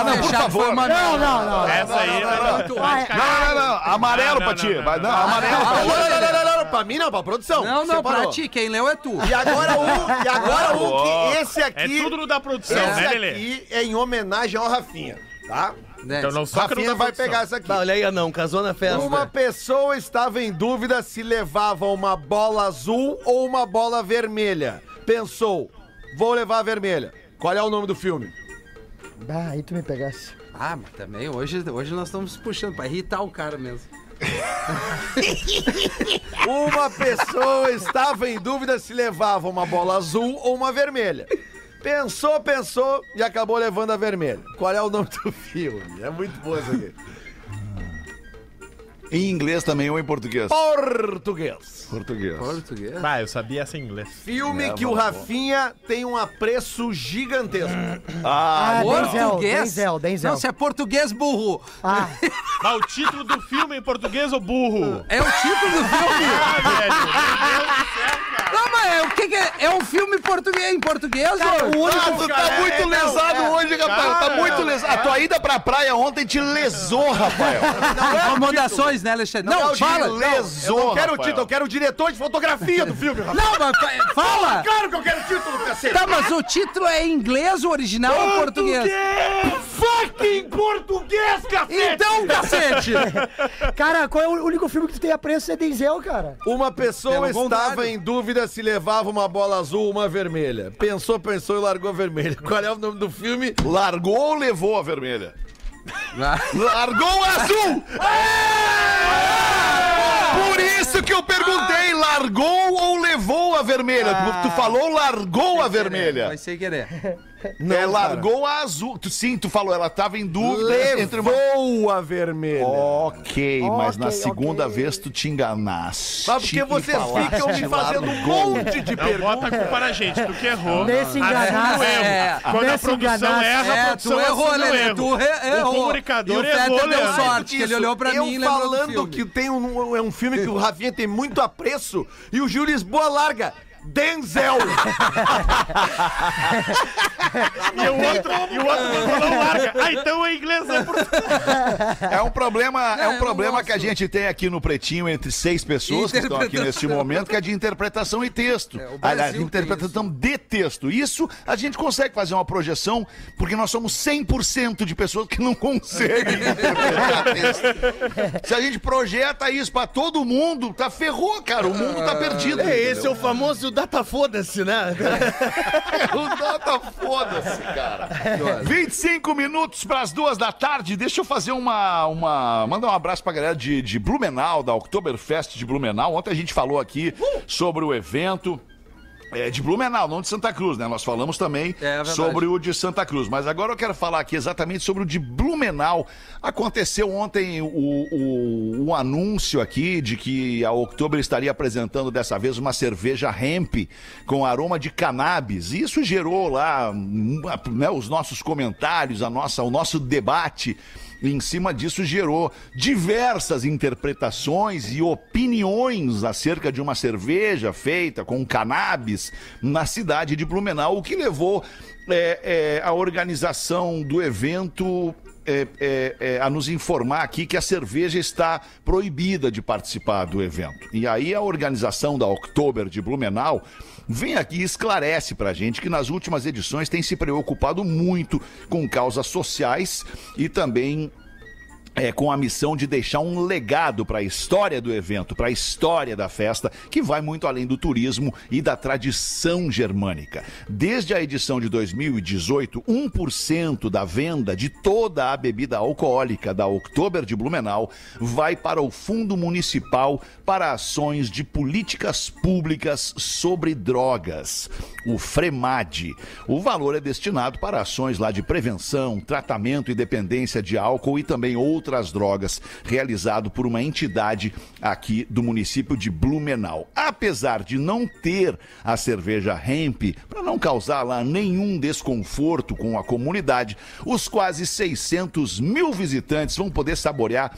Ah,
não, por
fechar, Tá
favor.
foi uma-
Não, não, não.
Essa aí,
não,
né?
não, muito-
Ah, é-
Não, não, não. Amarelo pra
Não, não,
ti.
não,
Vai,
não,
Não, amarelo pra
Não,
ti.
não, não, não, não, não, pra mim não, pra produção.
né? Não, não,
Separou.
pra ti, quem leu é tu.
E agora o, e agora o que esse
É
aqui,
tudo no da produção,
esse
né, Lelê?
aqui é em homenagem ao Rafinha, tá?
né?
Então não só que não
Rafinha
dá
vai
produção.
pegar essa aqui.
Tá, olha aí, não, casou na festa.
Uma pessoa estava em dúvida se levava uma bola azul ou uma bola vermelha. Pensou, vou levar a vermelha. Qual é o nome do filme?
Ah, aí tu me pegasse.
Ah, mas também hoje, hoje nós estamos puxando pra irritar o cara mesmo.
Uma pessoa estava em dúvida se levava uma bola azul ou uma vermelha. Pensou, pensou e acabou levando a vermelha. Qual é o nome do filme? É muito bom isso aqui.
Em inglês também ou em português?
Português.
Português.
Português.
Bah, eu sabia essa em inglês.
Filme
É
que o Rafinha tem um apreço gigantesco.
Ah, Denzel,
Português?
Denzel, Denzel.
Não, se é português, burro.
Ah,
Bah, o título do filme em português, ô burro?
É o título do filme.
Ah, velho.
não, mas é, o que, que é? É um filme português, em português? ou-
Ah, tu tá muito lesado hoje, rapaz. tá
Cara,
muito lesado. A tua ida pra praia ontem te lesou, Rafael.
Incomodações, né, Alexandre?
é
Não,
te
fala.
lesou.
Eu não quero o
Rafael.
título, eu quero o diretor de fotografia do filme, Rafinha.
Não, mas fa- fala.
Claro que eu quero o título, cacete.
Tá, mas o título é em inglês, o original é ou português?
Fucking português, cacete!
Então, cacete!
cara, qual é o único filme que tu tem apreço é Denzel, cara?
Uma pessoa
Pelo
estava
contrário.
em dúvida se levava uma bola azul ou uma vermelha. Pensou, pensou e largou a vermelha. Qual é o nome do filme?
Largou ou levou a vermelha?
Ah.
Largou o azul!
Ah!
É! Por isso que eu
Ah!
perguntei, largou ou levou a vermelha? Tu- Tu falou largou a vermelha.
Vai sem querer.
é, largou a azul. Tu, sim, tu falou, ela tava em dúvida entre uma...
Levou a vermelha.
Ok, mas na
Ok,
segunda
ok.
vez tu te enganaste.
Sabe porque
e
vocês
falaste
ficam me fazendo um
largou.
monte de
Não É bota a
perguntas.
culpa na gente, tu que errou.
Nesse
Assume
enganar-
o erro.
é,
Quando a
nesse
produção
enganar-
erra, a
É, tu
produção
errou,
assume o
Lelê.
erro.
Tu re- errou.
O comunicador
E o Fetter
errou, né?
deu
Leandro.
sorte. que ele olhou pra
eu
mim e lembrou do
falando
filme.
que tem um, é um filme que o Rafinha tem muito apreço e o Gil Lisboa larga. Denzel!
E o outro, e o outro não falou, larga. Ah, então é inglês, é português.
É um problema, é
É,
um
eu
problema
gosto.
que a gente tem aqui no Pretinho entre seis pessoas que estão aqui
Interpretação.
neste momento, que é de interpretação e texto.
É, o Brasil
Aliás,
tem
interpretação de texto. Isso a gente consegue fazer uma projeção, porque nós somos 100% de pessoas que não conseguem interpretar texto. Se a gente projeta isso pra todo mundo, tá ferrou, cara. O mundo tá perdido.
É, esse é o famoso data foda-se, né?
O Dota foda-se, cara. 25 minutos pras duas da tarde. Deixa eu fazer uma. uma mandar um abraço pra galera de, de Uh! Blumenau, da Oktoberfest de Blumenau. Ontem a gente falou aqui sobre o evento. É, de Blumenau, não de Santa Cruz, né? Nós falamos também
É, é verdade.
sobre o de Santa Cruz. Mas agora eu quero falar aqui exatamente sobre o de Blumenau. Aconteceu ontem o, o- o anúncio aqui de que a October estaria apresentando dessa vez uma cerveja hemp com aroma de cannabis. E isso gerou lá hum, né, os nossos comentários, a nossa, o nosso debate. E em cima disso gerou diversas interpretações e opiniões acerca de uma cerveja feita com cannabis na cidade de Blumenau, o que levou é, é, a organização do evento. é, é, é, a nos informar aqui que a cerveja está proibida de participar do evento. E aí a organização da Oktober de Blumenau Vem aqui e esclarece pra gente que nas últimas edições tem se preocupado muito com causas sociais e também é, com a missão de deixar um legado para a história do evento, para a história da festa, que vai muito além do turismo e da tradição germânica. Desde a edição de 2018, 1% da venda de toda a bebida alcoólica da Oktober de Blumenau vai para o Fundo Municipal para ações de políticas públicas sobre drogas, o FREMAD. O valor é destinado para ações lá de prevenção, tratamento e dependência de álcool e também outras drogas, realizado por uma entidade aqui do município de Blumenau. Apesar de não ter a cerveja hemp, para não causar lá nenhum desconforto com a comunidade, os quase 600 mil visitantes vão poder saborear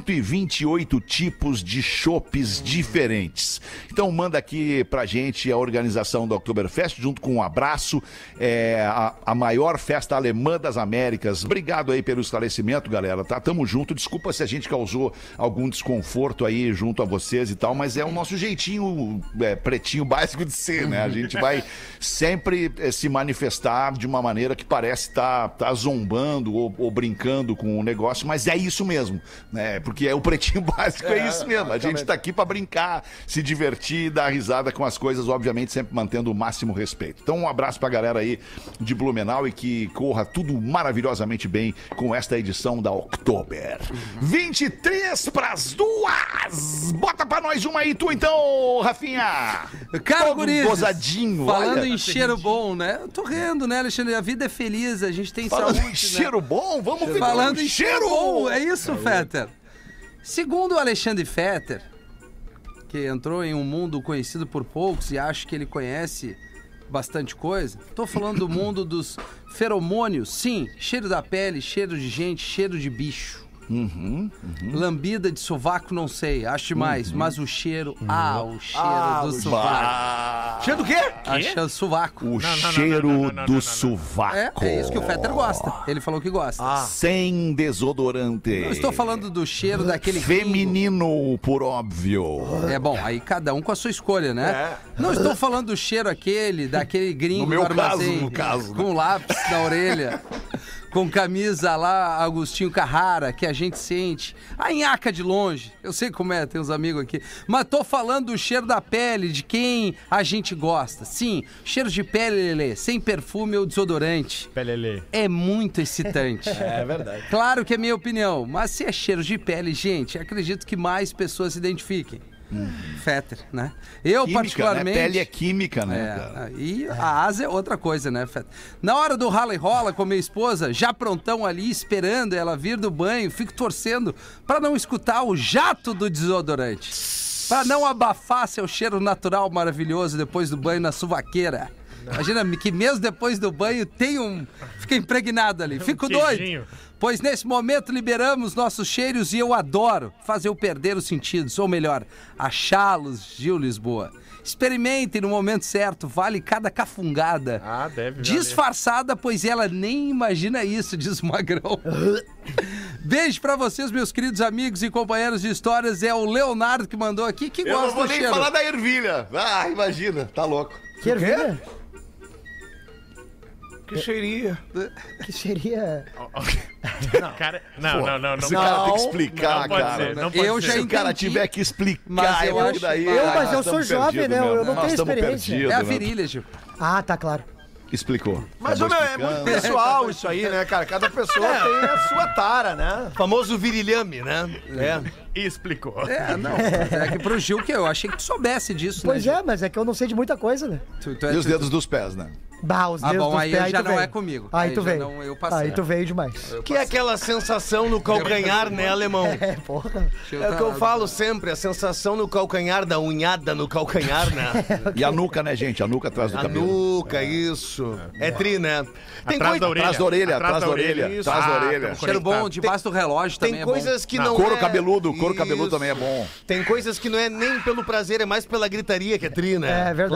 128 tipos de chopes diferentes. Então manda aqui pra gente a organização do Oktoberfest, junto com um abraço, é, a, a maior festa alemã das Américas. Obrigado aí pelo esclarecimento, galera, tá? Tamo junto, desculpa se a gente causou algum desconforto aí junto a vocês e tal, mas é o nosso jeitinho é, pretinho básico de ser, né? A gente vai sempre é, se manifestar de uma maneira que parece estar tá, tá zombando ou, ou brincando com o negócio, mas é isso mesmo, né? Porque é o pretinho básico, é, isso mesmo. A gente tá aqui pra brincar, se divertir, dar risada com as coisas, obviamente sempre mantendo o máximo respeito. Então um abraço pra galera aí de Blumenau e que corra tudo maravilhosamente bem com esta edição da Oktober.
Uhum.
23 pras duas! Bota pra nós uma aí, tu então, Rafinha!
Cara,
Todo um
gurizes,
gozadinho,
falando
olha.
em cheiro bom, né? Eu tô rindo, né, Alexandre? A vida é feliz, a gente tem
Falando
saúde,
em
né?
um cheiro bom, vamos ver
Falando
um
em cheiro bom, é isso, Fetter. Segundo o Alexandre Fetter, que entrou em um mundo conhecido por poucos e acho que ele conhece bastante coisa, tô falando do mundo dos feromônios, sim, cheiro da pele, cheiro de gente, cheiro de bicho. Lambida de sovaco, não sei, acho demais, mas o cheiro. Ah, o cheiro do sovaco.
Cheio do quê?
Acha sovaco.
O
não, não,
cheiro
não, não, não, não, não,
do
não.
É,
sovaco.
é isso que o Fetter gosta. Ele falou que gosta.
Sem desodorante.
Eu estou falando é do cheiro daquele. quingo.
Feminino, por óbvio.
É bom, aí cada um com a sua escolha, né? Não estou falando do cheiro aquele, daquele gringo
É. No meu
do armazém,
caso, no caso, né?
com lápis na orelha, com camisa lá, Agostinho Carrara, que a gente sente. A nhaca de longe, eu sei como é, tem uns amigos aqui. Mas tô falando do cheiro da pele, de quem a gente gosta. Sim, cheiro de pele, Lelê, sem perfume ou desodorante.
Pelele.
É muito excitante. É verdade. Claro que é minha opinião, mas se é cheiro de pele, gente, acredito que mais pessoas se identifiquem. Fetter, né? Eu,
Química,
particularmente.
né? Pele é química, né? cara?
É, e a asa é outra coisa, né, Feta? Na hora do rala e rola com minha esposa, já prontão ali, esperando ela vir do banho, fico torcendo pra não escutar o jato do desodorante. Pra não abafar seu cheiro natural maravilhoso depois do banho na suvaqueira. Imagina que mesmo depois do banho tem um. Fica impregnado ali. Fico
Um queijinho.
doido. Pois nesse momento liberamos nossos cheiros e eu adoro fazer eu perder os sentidos, ou melhor, achá-los, Gil Lisboa. Experimentem no momento certo, vale cada cafungada.
Ah, deve.
Disfarçada, pois ela nem imagina isso, diz o Magrão. Beijo pra vocês, meus queridos amigos e companheiros de histórias. É o Leonardo que mandou aqui, que
Eu
gosta
não vou
do
nem
cheiro.
falar da ervilha. Ah, imagina, tá louco.
Que ervilha?
Que cheirinho.
Que cheiria.
Ah,
Não, cara, não, não, não, não.
Esse cara tem que
não
explicar,
pode
cara. né?
ser, não pode
Eu
ser.
já
Se o cara
entendi.
tiver que explicar,
Mas eu
é
acho-
daí.
Eu,
mas eu
nós
sou
tamo
jovem,
perdido
né? Eu
mesmo,
não
né?
tenho
Nós tamo
experiência.
perdido,
É a
né?
virilha, Gil.
Ah, tá claro.
Explicou.
Mas ô, meu, é muito pessoal isso aí, né, cara? Cada pessoa tem a sua tara, né?
É. Famoso virilhame, né?
Explicou.
É, não. mas É que pro Gil que eu achei que tu soubesse disso,
Pois
né?
é, mas é que eu não sei de muita coisa, né?
Gil? Tu, tu é,
E os
tu-
dedos dos pés, né?
Bah, os
Ah,
dedos
bom,
dos
aí
pés,
já
tu
não
veio.
é comigo.
Aí,
Aí
tu
já
veio.
não- eu passei. né?
Aí tu veio demais.
Que é aquela sensação no calcanhar, né, alemão?
É, porra.
É
tá
o que eu falo sempre, a sensação no calcanhar, da unhada no calcanhar, né?
E a nuca, né, gente? A nuca atrás do
A
cabelo.
nuca, isso. É tri, né? Tem
Atrás da
coisa-
orelha.
Atrás da orelha, atrás da orelha,
isso.
atrás da
Ah,
orelha.
tamo
Cheiro bom,
conectado.
debaixo do relógio
Tem
também é bom.
coisas que
Não,
não
couro
é-
cabeludo, couro cabeludo
Isso.
também é bom.
Tem coisas que não é nem pelo prazer, é mais pela gritaria que é tri, né?
É, verdade.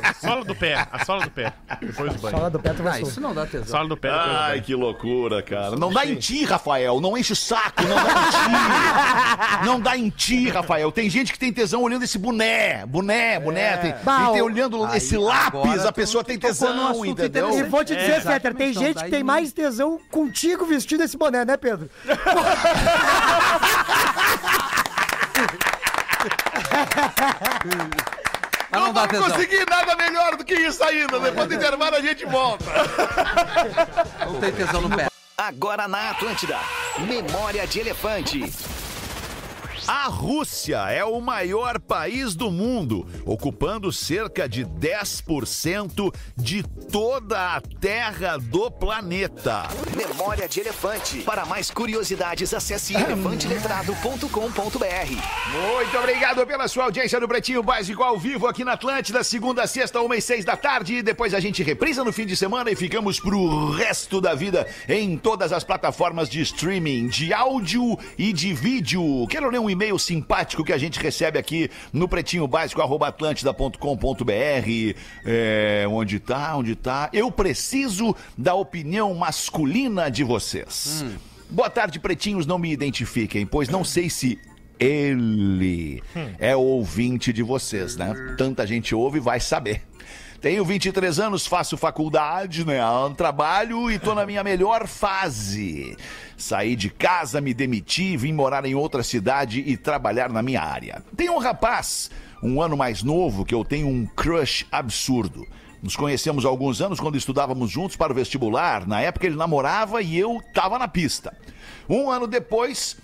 Claro.
Sola do pé, a sola do pé. Depois do banho.
Fala do Petro
Ah,
vai
isso
sul.
não dá tesão.
Sola do pé. depois do
Ai,
banho.
que loucura, cara. Não dá em ti, Rafael. Não enche o saco, não dá em ti. não dá em ti, Rafael. Tem gente que tem tesão olhando esse boné, boné, boné. Tem,
Bah,
tem, tem
ó.
olhando esse
agora
lápis, a
tu-
pessoa
tu
tem
tocou num
tesão,
assunto
entendeu?
E
interessante.
vou te dizer, Fetter, tem
exatamente,
gente
não dá
que tem
em
mais tesão contigo vestido esse boné, né, Pedro?
Ah, não dá tesão. É.
consegui nada melhor do que isso ainda. Depois do intervalo a gente volta.
Não tem tesão no pé.
Agora na Atlântida. Memória de Elefante.
A Rússia é o maior país do mundo, ocupando cerca de 10% de toda a terra do planeta.
Memória de Elefante. Para mais curiosidades, acesse elefanteletrado.com.br.
Muito obrigado pela sua audiência no Pretinho Básico ao vivo aqui na Atlântida, segunda, a sexta, uma e seis da tarde. E depois a gente reprisa no fim de semana e ficamos pro resto da vida em todas as plataformas de streaming, de áudio e de vídeo. Quero ler um e-mail simpático que a gente recebe aqui no pretinho básico, arroba atlântida.com.br. É, onde tá, onde tá? Eu preciso da opinião masculina de vocês. Boa tarde, pretinhos, não me identifiquem, pois não sei se ele é ouvinte de vocês, né? Tanta gente ouve, vai saber. Tenho 23 anos, faço faculdade, né? Trabalho e tô na minha melhor fase. Saí de casa, me demiti, vim morar em outra cidade e trabalhar na minha área. Tem um rapaz, um ano mais novo, que eu tenho um crush absurdo. Nos conhecemos há alguns anos quando estudávamos juntos para o vestibular. Na época ele namorava e eu tava na pista. Um ano depois,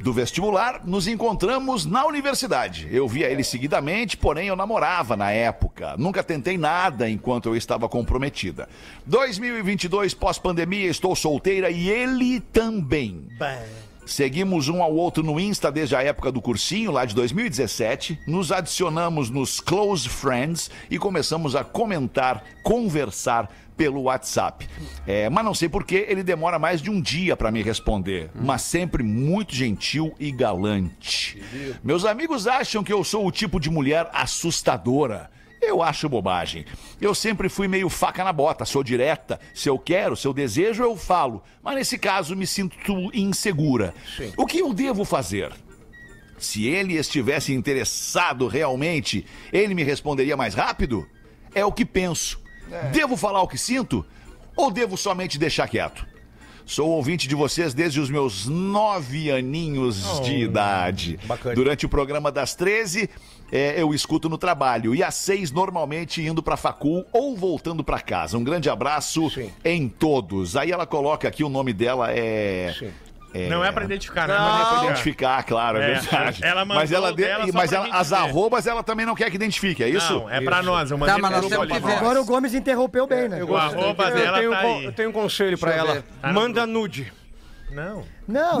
do vestibular, nos encontramos na universidade. Eu via ele seguidamente, porém eu namorava na época. Nunca tentei nada enquanto eu estava comprometida. 2022, pós-pandemia, estou solteira e ele também. Seguimos um ao outro no Insta desde a época do cursinho, lá de 2017. Nos adicionamos nos Close Friends e começamos a comentar, conversar pelo WhatsApp. É, mas não sei por que ele demora mais de um dia para me responder, mas sempre muito gentil e galante. Meus amigos acham que eu sou o tipo de mulher assustadora. Eu acho bobagem. Eu sempre fui meio faca na bota, sou direta. Se eu quero, se eu desejo, eu falo. Mas nesse caso me sinto insegura. O que eu devo fazer? Se ele estivesse interessado realmente, ele me responderia mais rápido? É o que penso. Devo falar o que sinto? Ou devo somente deixar quieto? Sou ouvinte de vocês desde os meus nove aninhos
Oh,
de idade. Durante o programa das 13, é, eu escuto no trabalho. E às seis, normalmente, indo pra facul ou voltando pra casa. Um grande abraço em todos. Aí ela coloca aqui o nome dela é...
Não é pra identificar, né?
Não,
Não é pra identificar.
identificar, claro, é,
É,
verdade.
ela mandou
mas ela, de-
dela só
mas
pra
ela-
gente
as
ver.
arrobas ela também não quer que identifique, é isso?
Não, é pra nós. Eu mandei
Tá, mas nós
pro
temos
grupo
que
ali.
ver.
Agora o Gomes interrompeu bem, né?
O arroba dela
tenho,
tá
um con- eu
aí.
tenho um conselho pra
eu
ela.
ver.
Manda nude.
Não.
Não,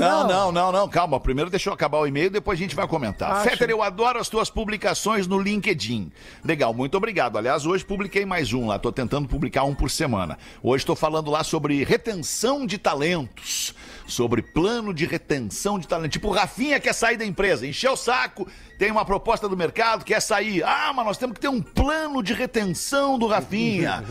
Não,
não.
não, não, não, calma. Primeiro deixa eu acabar o e-mail, depois a gente vai comentar. Fetter, eu adoro as tuas publicações no LinkedIn. Legal, muito obrigado. Aliás, hoje publiquei mais um lá, tô tentando publicar um por semana. Hoje estou falando lá sobre retenção de talentos, sobre plano de retenção de talentos. Tipo, o Rafinha quer sair da empresa, encheu o saco, tem uma proposta do mercado, quer sair. Ah, mas nós temos que ter um plano de retenção do Rafinha.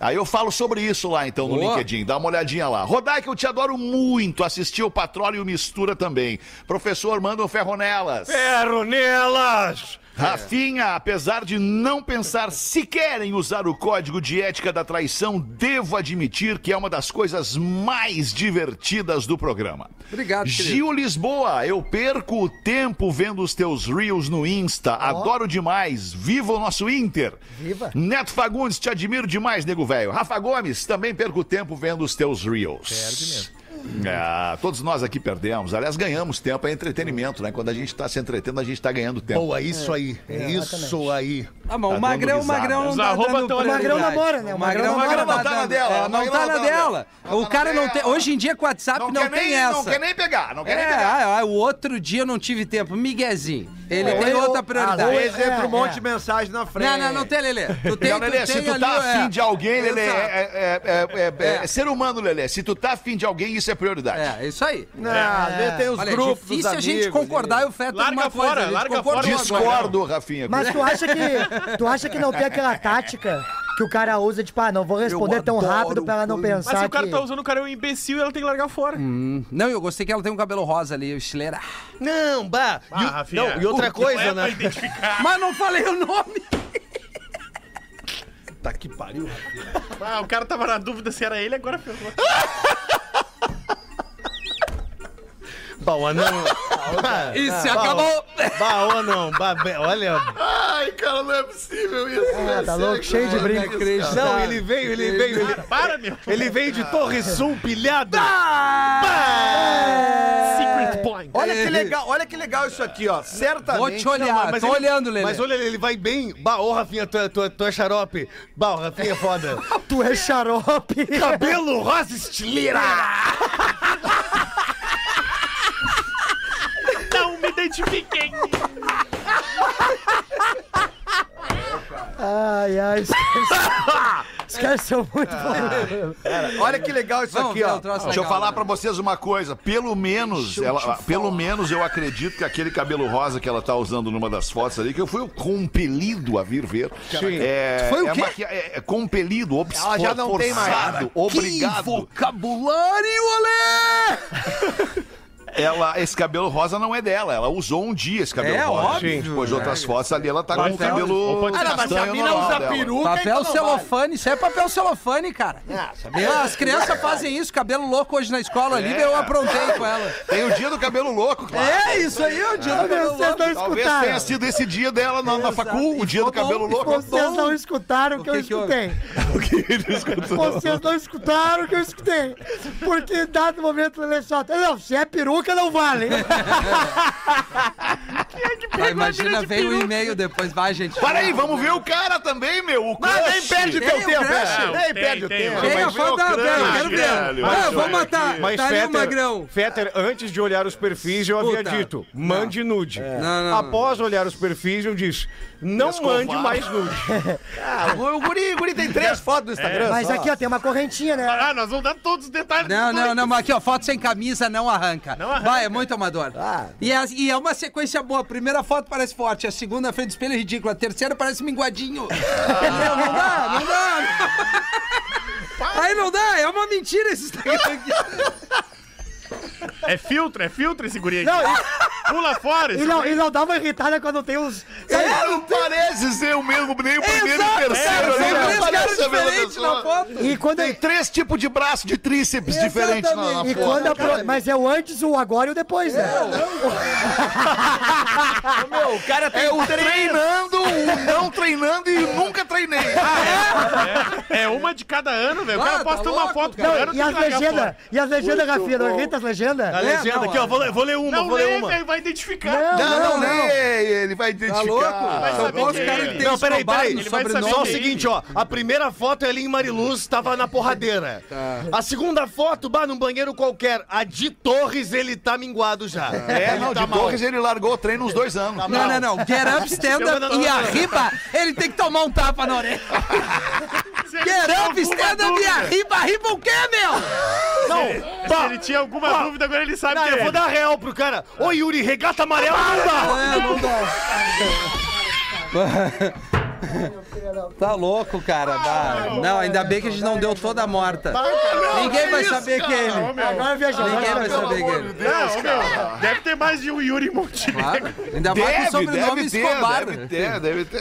Aí eu falo sobre isso lá, então, no
Boa.
LinkedIn. Dá uma olhadinha lá. Rodaica, eu te adoro muito. Assisti o Patróleo Mistura também. Professor, manda um ferro nelas.
Ferro nelas!
Rafinha, apesar de não pensar sequer em usar o código de ética da traição, devo admitir que é uma das coisas mais divertidas do programa.
Obrigado, querido.
Gil Lisboa, eu perco o tempo vendo os teus reels no Insta. Adoro demais. Viva o nosso Inter.
Viva.
Neto Fagundes, te admiro demais, nego velho. Rafa Gomes, também perco o tempo vendo os teus reels. Perde mesmo. todos nós aqui perdemos. Aliás, ganhamos tempo, é entretenimento, né? Quando a gente tá se entretendo, a gente tá ganhando tempo.
Boa, isso aí. É, isso aí.
Ah, mas
Tá
o Magrão,
dando
o Magrão
risada.
não
Os
tá
arroba
dando
tão olhando.
prioridade.
O Magrão namora, né?
O Magrão,
Magrão
namora,
não tá na
dando-
dela,
é,
o
Não
Magrão
tá na
não tá na
dela.
dela.
O
Não
cara
tá na
não tem...
dela.
Hoje em dia com WhatsApp Ah, não,
quer
tem
nem,
essa.
Não quer nem pegar, não quer nem
É,
pegar.
ah, ah, o outro dia eu não tive tempo. Miguezinho. Ele tem outra
Às
prioridade.
vezes entra
É,
um monte
é.
de mensagem na frente.
Não, não, não tem, Lelê. Tu tem,
Não, Lelê, se
tem
tu
ali,
tá
é.
afim de alguém, Lelê, é,
Exato.
é- é- é- é- é ser humano, Lelê. Se tu tá afim de alguém, isso é prioridade.
É, isso aí.
Não, às vezes tem os
Olha, é
grupos.
difícil a
os
gente
amigos,
concordar e o Fetter
Larga
numa coisa.
fora,
a gente
larga
concorda
fora.
numa coisa.
Discordo, Rafinha.
Mas tu acha que tu acha que não tem aquela tática que o cara usa, tipo, ah, não vou responder tão
adoro
rápido pra ela não
quando-
pensar
Mas se o cara
que...
tá usando o cara é um imbecil, ela tem que largar fora.
Não, eu gostei que ela tem um cabelo rosa ali, estileira.
Não, bah.
Ah,
e, o-
Rafinha.
não, e outra
Não é
coisa,
pra
né?
identificar.
Mas não falei o nome.
Ah, o cara tava na dúvida se era ele, agora ferrou.
Bah, o anão. Bah,
E se acabou.
bah, o anão. Bah, be- olha.
Ai, cara, não é possível isso.
Ah, tá louco, cheio de brinco.
Inacreditável.
Não, ele veio, ele veio. Ele,
Para, para, meu.
tá. ele veio de Torre Sul, pilhado.
Secret point.
Olha que legal, olha que legal isso aqui, ó. Certamente.
Vou te olhar,
mas
tô
ele-
olhando, Lelê.
Mas olha, ele vai bem. Bah, ô, Rafinha, tu, é- tu, é- tu é xarope. Bah, o Rafinha é foda.
Tu é xarope.
Cabelo rosa estileira.
Não me identifiquei. então.
Ai, ai. Os caras- Os caras são muito bons.
Olha que legal isso
Vamos
aqui,
ver
ó.
o troço
Deixa eu
legal,
falar
né?
pra vocês uma coisa. Pelo menos, ela, pelo menos eu acredito que aquele cabelo rosa que ela tá usando numa das fotos ali, que eu fui compelido a vir ver. É,
Foi o
é
quê?
maqui- é- é compelido, obs-
Ela já não
forçado,
tem mais.
obrigado.
Que vocabulário, Olê!
Ela, esse cabelo rosa não é dela. Ela usou um dia esse cabelo
É,
rosa.
óbvio.
Depois de outras fotos ali, ela tá com o
Marcelo, ou
cabelo.
pode ser
castanho normal dela.
Papel celofane, isso é papel celofane, cara. Ah, As crianças fazem isso, cabelo louco hoje na escola ali,
É.
eu aprontei com ela.
Tem o dia do cabelo louco, claro.
É, isso aí é o dia do cabelo
Vocês
louco.
não
Talvez tenha
escutaram.
sido esse dia dela na, na facul, o dia do cabelo louco.
Vocês não escutaram o que
O
eu
que que houve?
escutei.
O que ele escutou?
Vocês não escutaram o que eu escutei. Porque em dado momento ele solta. Não, se é peruca, não vale.
Ah, imagina, veio o e-mail depois, vai, gente.
Para aí, vamos ver o cara também, meu. O cara nem perde
Tem o crush.
Não,
Nem
tem,
perde o
tem,
tempo.
tem.
Tem a
mas
foto
vê o
da
crânio,
eu quero ver.
velho.
Ah,
Mas
vou
olha
matar.
Mas
tá ali o
Fetter,
Magrão.
Fetter, antes de olhar os perfis, eu
Puta.
havia dito: mande nude.
Não, não, não.
Após olhar os perfis, eu disse: não
Escovado.
mande mais nude.
O guri, o guri tem três fotos no Instagram.
Mas
só.
aqui, ó, tem uma correntinha, né?
Ah, nós vamos dar todos os detalhes.
Não,
dos
não,
dois.
não, mas aqui, ó, foto sem camisa não arranca.
Não arranca.
Vai, é muito amador. E, as- e é uma sequência boa. A primeira foto parece forte, a segunda, a frente do espelho é ridícula, a terceira parece minguadinho. Entendeu? Não dá, não dá. não. Aí não dá, é uma mentira esse Instagram aqui.
É filtro, é filtro esse guri aí.
Não,
Pula fora esse
E não,
guri.
e não dá uma irritada quando tem os.
Não parece ser o mesmo, nem o primeiro e o
Exato,
terceiro.
São
ali, não
três caras
parece a mesma
diferentes na
pessoa.
foto.
E quando.
Tem três tipos de braço de tríceps diferentes na, na
E
foto.
quando a pro- Mas é o antes, o agora e o depois, né?
O cara tem
É o
três.
treinando, o não treinando e nunca treinei.
É uma de cada ano, velho. O
Ah,
cara
tá
posta uma
louco,
foto por
cara.
ano.
E as legendas, e as legendas, Rafinha, não irrita as legendas?
A legenda aqui, ó. Vou, ler- vou ler uma,
Não
vou ler
lê,
uma.
velho, vai identificar.
Não, Ah, não, lê, ele vai
Tá
identificar.
louco?
saber
São Paulo, os
quem é.
caras que tem
Não, peraí,
escobado
peraí.
no
Ele vai
sobrenome.
saber
Só o
Não, ele-
seguinte, ó. A primeira foto é ali em Mariluz, tava na porradeira.
Tá.
A segunda foto, bah, num banheiro qualquer. A de Torres, ele tá minguado já.
É,
Ele
não,
tá
de
mal.
Torres ele largou o treino uns dois anos.
Não, não, não. Get up, stand
Não,
up
não, não,
e
não, não.
arriba. Ele tem que tomar um tapa na orelha.
Se ele
Get
tinha
up,
alguma
stand up e
dúvida-
arriba. Arriba o quê, meu?
Se ele tinha alguma dúvida, agora ele sabe que
Cara,
é
eu vou
ele.
dar real pro cara.
É,
Ô, Yuri, regata amarela não dá.
É, não dá. Tá louco, cara. Bah, não, ainda bem que a gente não deu toda a morta. Ninguém vai saber quem é ele.
Agora viajou.
Ninguém vai
Pelo
saber quem é
amor de
ele.
Deus, cara.
Deve ter mais de um Yuri Montenegro.
Claro. Ainda mais com o sobrenome Escobar.
É, deve ter, deve ter.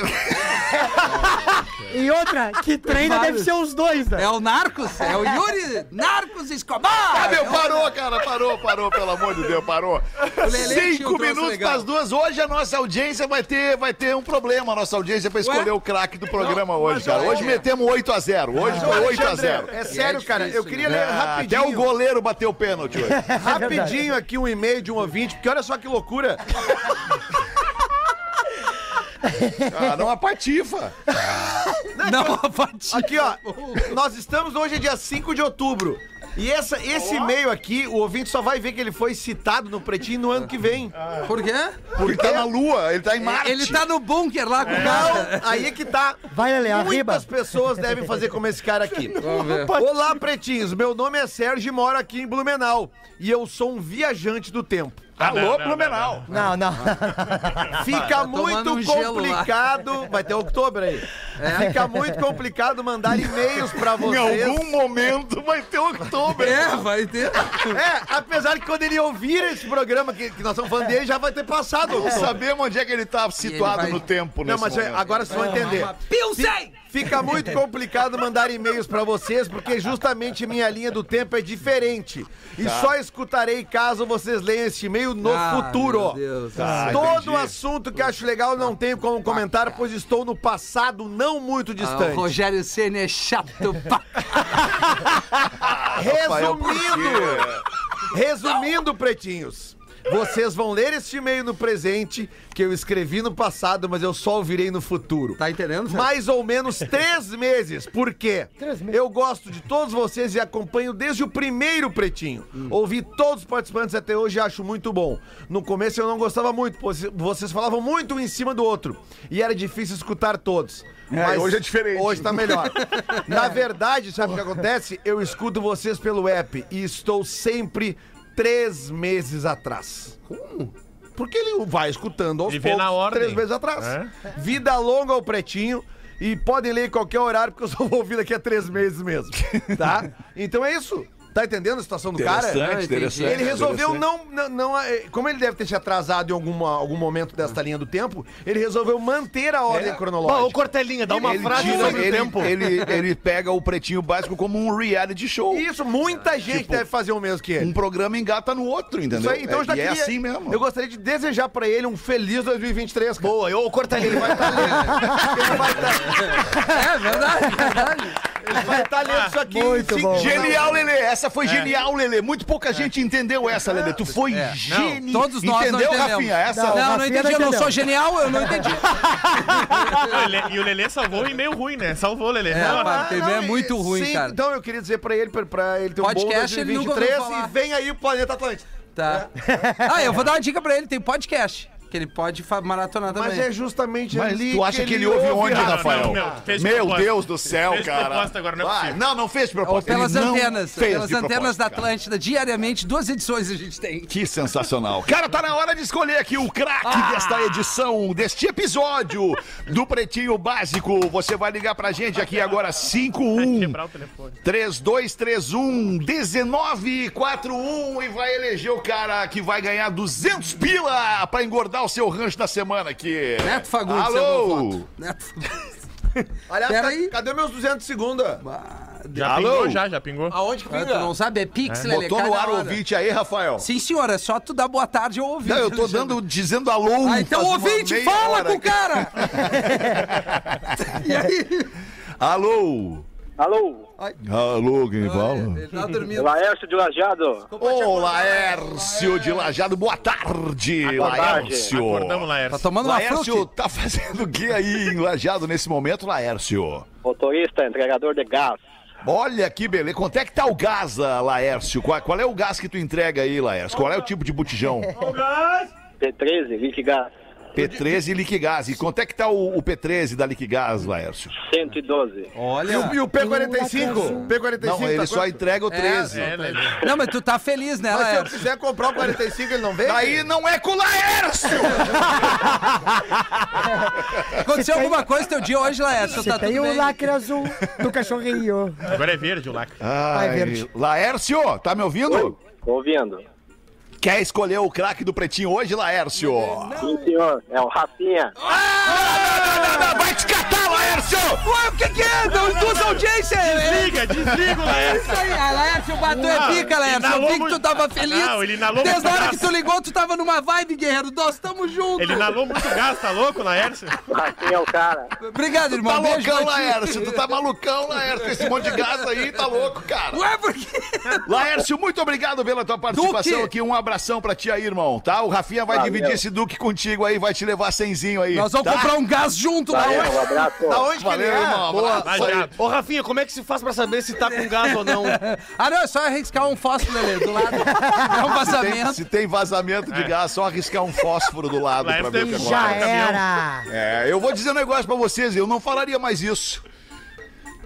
E outra, que treina deve ser os dois, né?
É o Narcos? É o Yuri Narcos Escobar! É
Ah, meu, parou, cara, parou, parou, pelo amor de Deus, parou.
Lelê tinha um
Cinco
troço
minutos
legal.
para as duas. Hoje a nossa audiência vai ter, vai ter um problema, a nossa audiência, para escolher o craque do programa hoje, cara. Hoje metemos 8 a 0 Hoje foi 8 a 0
É sério, cara. Eu
difícil, né?
queria
É,
ler
até
rapidinho.
o goleiro bateu o pênalti hoje.
Rapidinho aqui um e-mail de um ouvinte, porque olha só que loucura.
Ah, não a patifa.
Não, a patinha.
Aqui, ó. Nós estamos hoje, dia 5 de outubro. E essa, esse e-mail aqui, o ouvinte só vai ver que ele foi citado no Pretinho no ano que vem.
Ah,
Por quê?
Porque tá na lua, ele tá em Marte.
Ele tá no bunker lá com o cara.
Não, aí é que tá.
Vai, Lelê,
Muitas
arriba.
pessoas devem fazer como esse cara aqui.
Vamos ver.
Olá, pretinhos. Meu nome é Sérgio e moro aqui em Blumenau. E eu sou um viajante do tempo.
Alô, Blumenau.
Não, não.
Fica
tomando
muito
um gelo lá.
complicado. Vai ter outubro aí. Fica muito complicado mandar e-mails pra
Em
vocês.
algum momento vai ter outubro.
É, vai ter.
É, apesar que quando ele ouvir esse programa que, que nós estamos falando dele, já vai ter passado. o outubro.
Sabemos onde é que ele tá situado
vai-
no tempo, né?
Não, mas é, agora vocês vão entender.
Pilsen!
Fica muito complicado mandar e-mails pra vocês, porque justamente minha linha do tempo é diferente. E só escutarei caso vocês leiam este e-mail no
Ah,
futuro.
meu Deus.
Todo assunto que acho legal não tenho como comentar, pois estou no passado não muito
Ah, o
distante.
Rogério Senna é chato. pra-
Resumindo, resumindo, pretinhos. Vocês vão ler este e-mail no presente, que eu escrevi no passado, mas eu só ouvirei no futuro.
Tá entendendo? Sérgio?
mais ou menos três meses. Por quê? Eu gosto de todos vocês e acompanho desde o primeiro Pretinho.
Hum.
Ouvi todos os participantes até hoje e acho muito bom. No começo eu não gostava muito, pois vocês falavam muito um em cima do outro. E era difícil escutar todos. Mas
hoje é diferente.
Hoje tá melhor. Na verdade, sabe o que acontece? Eu escuto vocês pelo app e estou sempre três meses atrás. Porque ele vai escutando aos
Ele vê
poucos,
na ordem.
três meses atrás.
É.
Vida longa ao pretinho. E podem ler em qualquer horário, porque eu só vou ouvir daqui a três meses mesmo. Tá? Então é isso. Tá entendendo a situação do cara?
entendi.
interessante.
Ele resolveu não, não, não- eh, Como ele deve ter se atrasado em alguma, algum momento desta linha do tempo, ele resoleu manter a ordem cronológica.
Ô, Cortelinha, dá uma
ele
frase
tira-
sobre o
ele,
tempo.
Ele, ele pega o pretinho básico como um reality show.
Isso, muita gente
Tipo,
deve fazer o mesmo que ele.
Um programa engata no outro, entendeu?
Isso aí, então eu
é,
já
e é
queria-
assim mesmo.
Eu gostaria de desejar pra ele um feliz 2023. Cara.
Boa, ô, Cortelinha, vai estar
É verdade, verdade.
Ele vai estar lendo isso aqui.
Muito
em
bom.
Genial, Lelê. Essa foi genial, Lelê. Muito pouca gente entendeu essa, Lelê. Tu foi genial.
Todos nós não
entendeu,
entendemos.
Rafinha? Essa
Não, não,
Rafinha
entendi.
não
Eu não sou
entendeu.
genial, eu não entendi.
Ah, o Lelê- E o Lelê salvou um e-mail ruim, né? Salvou o Lelê.
É,
Não,
rapaz, TV
Ah,
é muito ruim,
Sim,
cara.
Então eu queria dizer pra ele, pra, pra ele ter um
Podcast,
bom
ele nunca ouviu
2023
falar.
e vem aí o Planeta Atlântico.
Tá. Ah, eu vou dar uma dica pra ele. Tem podcast. Que ele pode fa- maratonar também.
Mas é justamente
Mas
ali
tu acha que ele ouve onde,
não,
Rafael?
não, meu, fez
Meu
proposta.
Deus do céu,
Fez
cara.
proposta agora, não é
Vai.
possível.
não, não fez
Ou
propósito.
pelas
Ele não
antenas.
fez
Pelas
de
antenas
propósito,
da
cara.
Atlântida. Diariamente, duas edições a gente tem.
Que sensacional. Cara, tá na hora de escolher aqui o craque
Ah!
desta edição, deste episódio do Pretinho Básico. Você vai ligar pra gente aqui agora, 51
Quebrar o telefone.
3231 1941 e vai eleger o cara que vai ganhar 200 pila pra engordar o seu rancho da semana aqui.
Neto Fagundes,
Alô?
eu vou voto. Neto Fagundes.
Aliás,
Pera
ca-
aí.
cadê meus 200 segundos?
Já
Alô?
pingou, já, já pingou.
Aonde que
Ah, tu não sabe? É Pix, Lelê.
Botou
cada
no ar o
hora.
ouvinte aí, Rafael.
Sim, senhora. É só tu dar boa tarde ao ouvinte.
Não, eu tô
Alexandre.
dando, dizendo alô.
Ah, então
faz uma
ouvinte,
meia
fala
hora
com o
aqui.
cara! e aí?
Alô?
Alô,
Alô, quem fala?
Ele tá dormindo.
Laércio de Lajado.
Ô, Laércio de Lajado, boa tarde,
Boa tarde.
Laércio.
Acordamos,
Tá
Laércio.
tomando uma
Laércio,
fruta.
tá fazendo o que aí em Lajado nesse momento, Laércio?
Motorista, entregador de gás.
Olha que beleza. Quanto é que tá o gás, ah, Laércio? Qual, qual é o gás que tu entrega aí, Laércio? Qual é o tipo de botijão?
P13, liquigás.
P13 e Liquigás. E quanto é que tá o, o P13 da Liquigás, Laércio?
112.
Olha.
E o, e o
é
P45? P45
Não, ele só entrega o 13.
Não, mas tu tá feliz, né,
tá Mas se eu
Laércio?
quiser comprar o 45, ele não vende?
Aí não é com o Laércio!
Aconteceu alguma coisa teu dia hoje, Laércio?
Você
Tá
tem
tudo
um
o
bem?
lacre azul do cachorrinho.
Agora é verde o lacre.
Ai,
verde.
Laércio, tá me ouvindo?
Ouvindo.
Quer escolher o craque do pretinho hoje, Laércio? Ah,
Sim, senhor. É o Rafinha.
Vai te catar, Laércio! Tá
Ué, o que que é? Não induz audiência! é-
Desliga, desliga o
É
Laércio.
isso aí, a Laércio bateu é
Não,
pica, Laércio. Eu
inalou
vi que tu
muito-
tava feliz.
Não, ele inalou
Desde
muito
a hora
gás.
que tu ligou, tu tava numa vibe, guerreiro. Nós tamo junto.
Ele inalou muito gás, tá louco, Laércio?
O Rafinha é o cara.
Obrigado, irmão.
Tá
Beijo pra
loucão,
ti.
Laércio! Tu tá malucão, Laércio! Esse monte de gás aí tá louco, cara!
Ué, por quê?
Laércio, muito obrigado pela tua participação
Duque.
aqui. Um abração pra ti aí, irmão, tá? O Rafinha vai
Valeu.
dividir esse Duque contigo aí, vai te levar cenzinho aí.
Nós vamos
tá?
comprar Tá um gás junto,
Valeu,
Laércio.
um abraço.
onde Valeu,
é?
irmão.
Vai,
abraço.
diabo.
Ô, Rafinha, como é que se faz pra saber se tá com gás ou não?
Ah, não, é só arriscar um fósforo ali do lado. É um
Se tem,
vazamento.
se tem vazamento de gás, só arriscar um fósforo do lado pra
Laércio
ver o
tem
que
um
acontece.
Já
Bora, caminhão.
era.
É, eu vou dizer um negócio pra vocês, eu não falaria mais isso.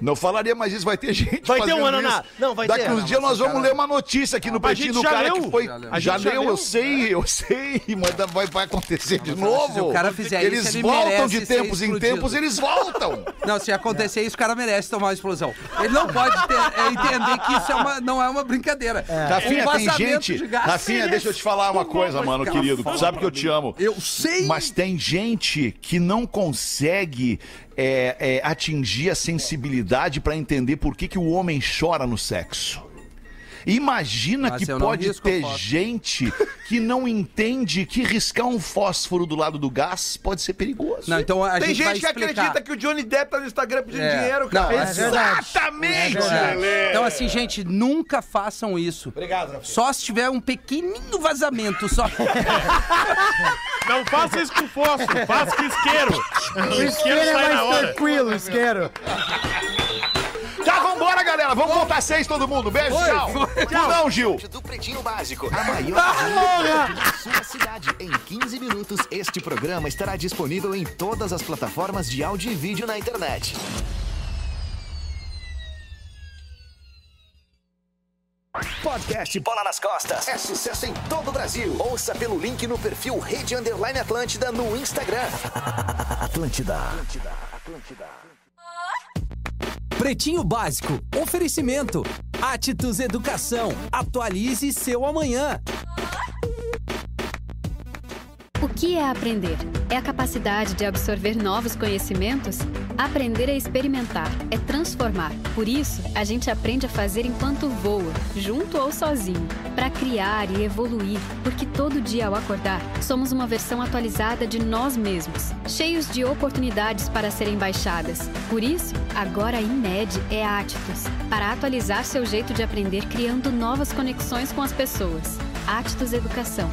Não falaria mais isso, vai ter gente
Vai ter
fazendo
um ananá.
isso.
Não, vai
Daqui
ter.
uns dias nós vamos ler uma notícia aqui no
Mas a
Pretinho do
gente já
cara
leu.
que foi...
Já
Já,
leu. A gente já
leu, eu
leu.
sei, eu sei, mas dá- vai, vai acontecer de novo.
se o cara fizer
eles
isso, ele
voltam
merece ser
de tempos em
explodido.
tempos, eles voltam.
Não, se acontecer isso, o cara merece tomar uma explosão. Ele não pode ter- é, entender que isso é uma- não é uma brincadeira.
Rafinha,
um
tem
vazamento
gente...
de gás.
Rafinha, deixa eu te falar uma coisa, mano, querido. Tu sabe que eu te amo.
Eu sei.
Mas tem gente que não consegue é, é, atingir a sensibilidade pra entender por que, que o homem chora no sexo. Imagina
Mas
que
Ah, eu não
pode
risco
ter
fósforo.
gente que não entende que riscar um fósforo do lado do gás pode ser perigoso.
Não, então a
Tem
gente, vai
gente que
explicar.
acredita que o Johnny Depp tá no Instagram pedindo
É.
dinheiro,
Não,
cara.
é verdade.
Exatamente!
É. Então, assim, gente, nunca façam isso. Obrigado, Só se tiver um pequenininho vazamento, só.
Não faça isso com fósforo, faça com isqueiro. O isqueiro
Ele é
sai na
mais
hora.
tranquilo, isqueiro.
Tá, vambora, galera! Vamos voltar às seis todo mundo. Beijo,
Foi,
tchau!
foi.
Tu Não, Gil!
Do Pretinho Básico, a maior rede da sua cidade. Em 15 minutos, este programa estará disponível em todas as plataformas de áudio e vídeo na internet. Podcast Bola nas Costas é sucesso em todo o Brasil. Ouça pelo link no perfil Rede Underline Atlântida no Instagram. Atlântida. Atlântida. Atlântida.
Pretinho Básico. Oferecimento. Atitudes Educação. Atualize seu amanhã.
O que é aprender? É a capacidade de absorver novos conhecimentos? Aprender é experimentar, é transformar. Por isso, a gente aprende a fazer enquanto voa, junto ou sozinho, para criar e evoluir, porque todo dia ao acordar, somos uma versão atualizada de nós mesmos, cheios de oportunidades para serem baixadas. Por isso, agora a INED é a Actus, para atualizar seu jeito de aprender criando novas conexões com as pessoas. Actus Educação.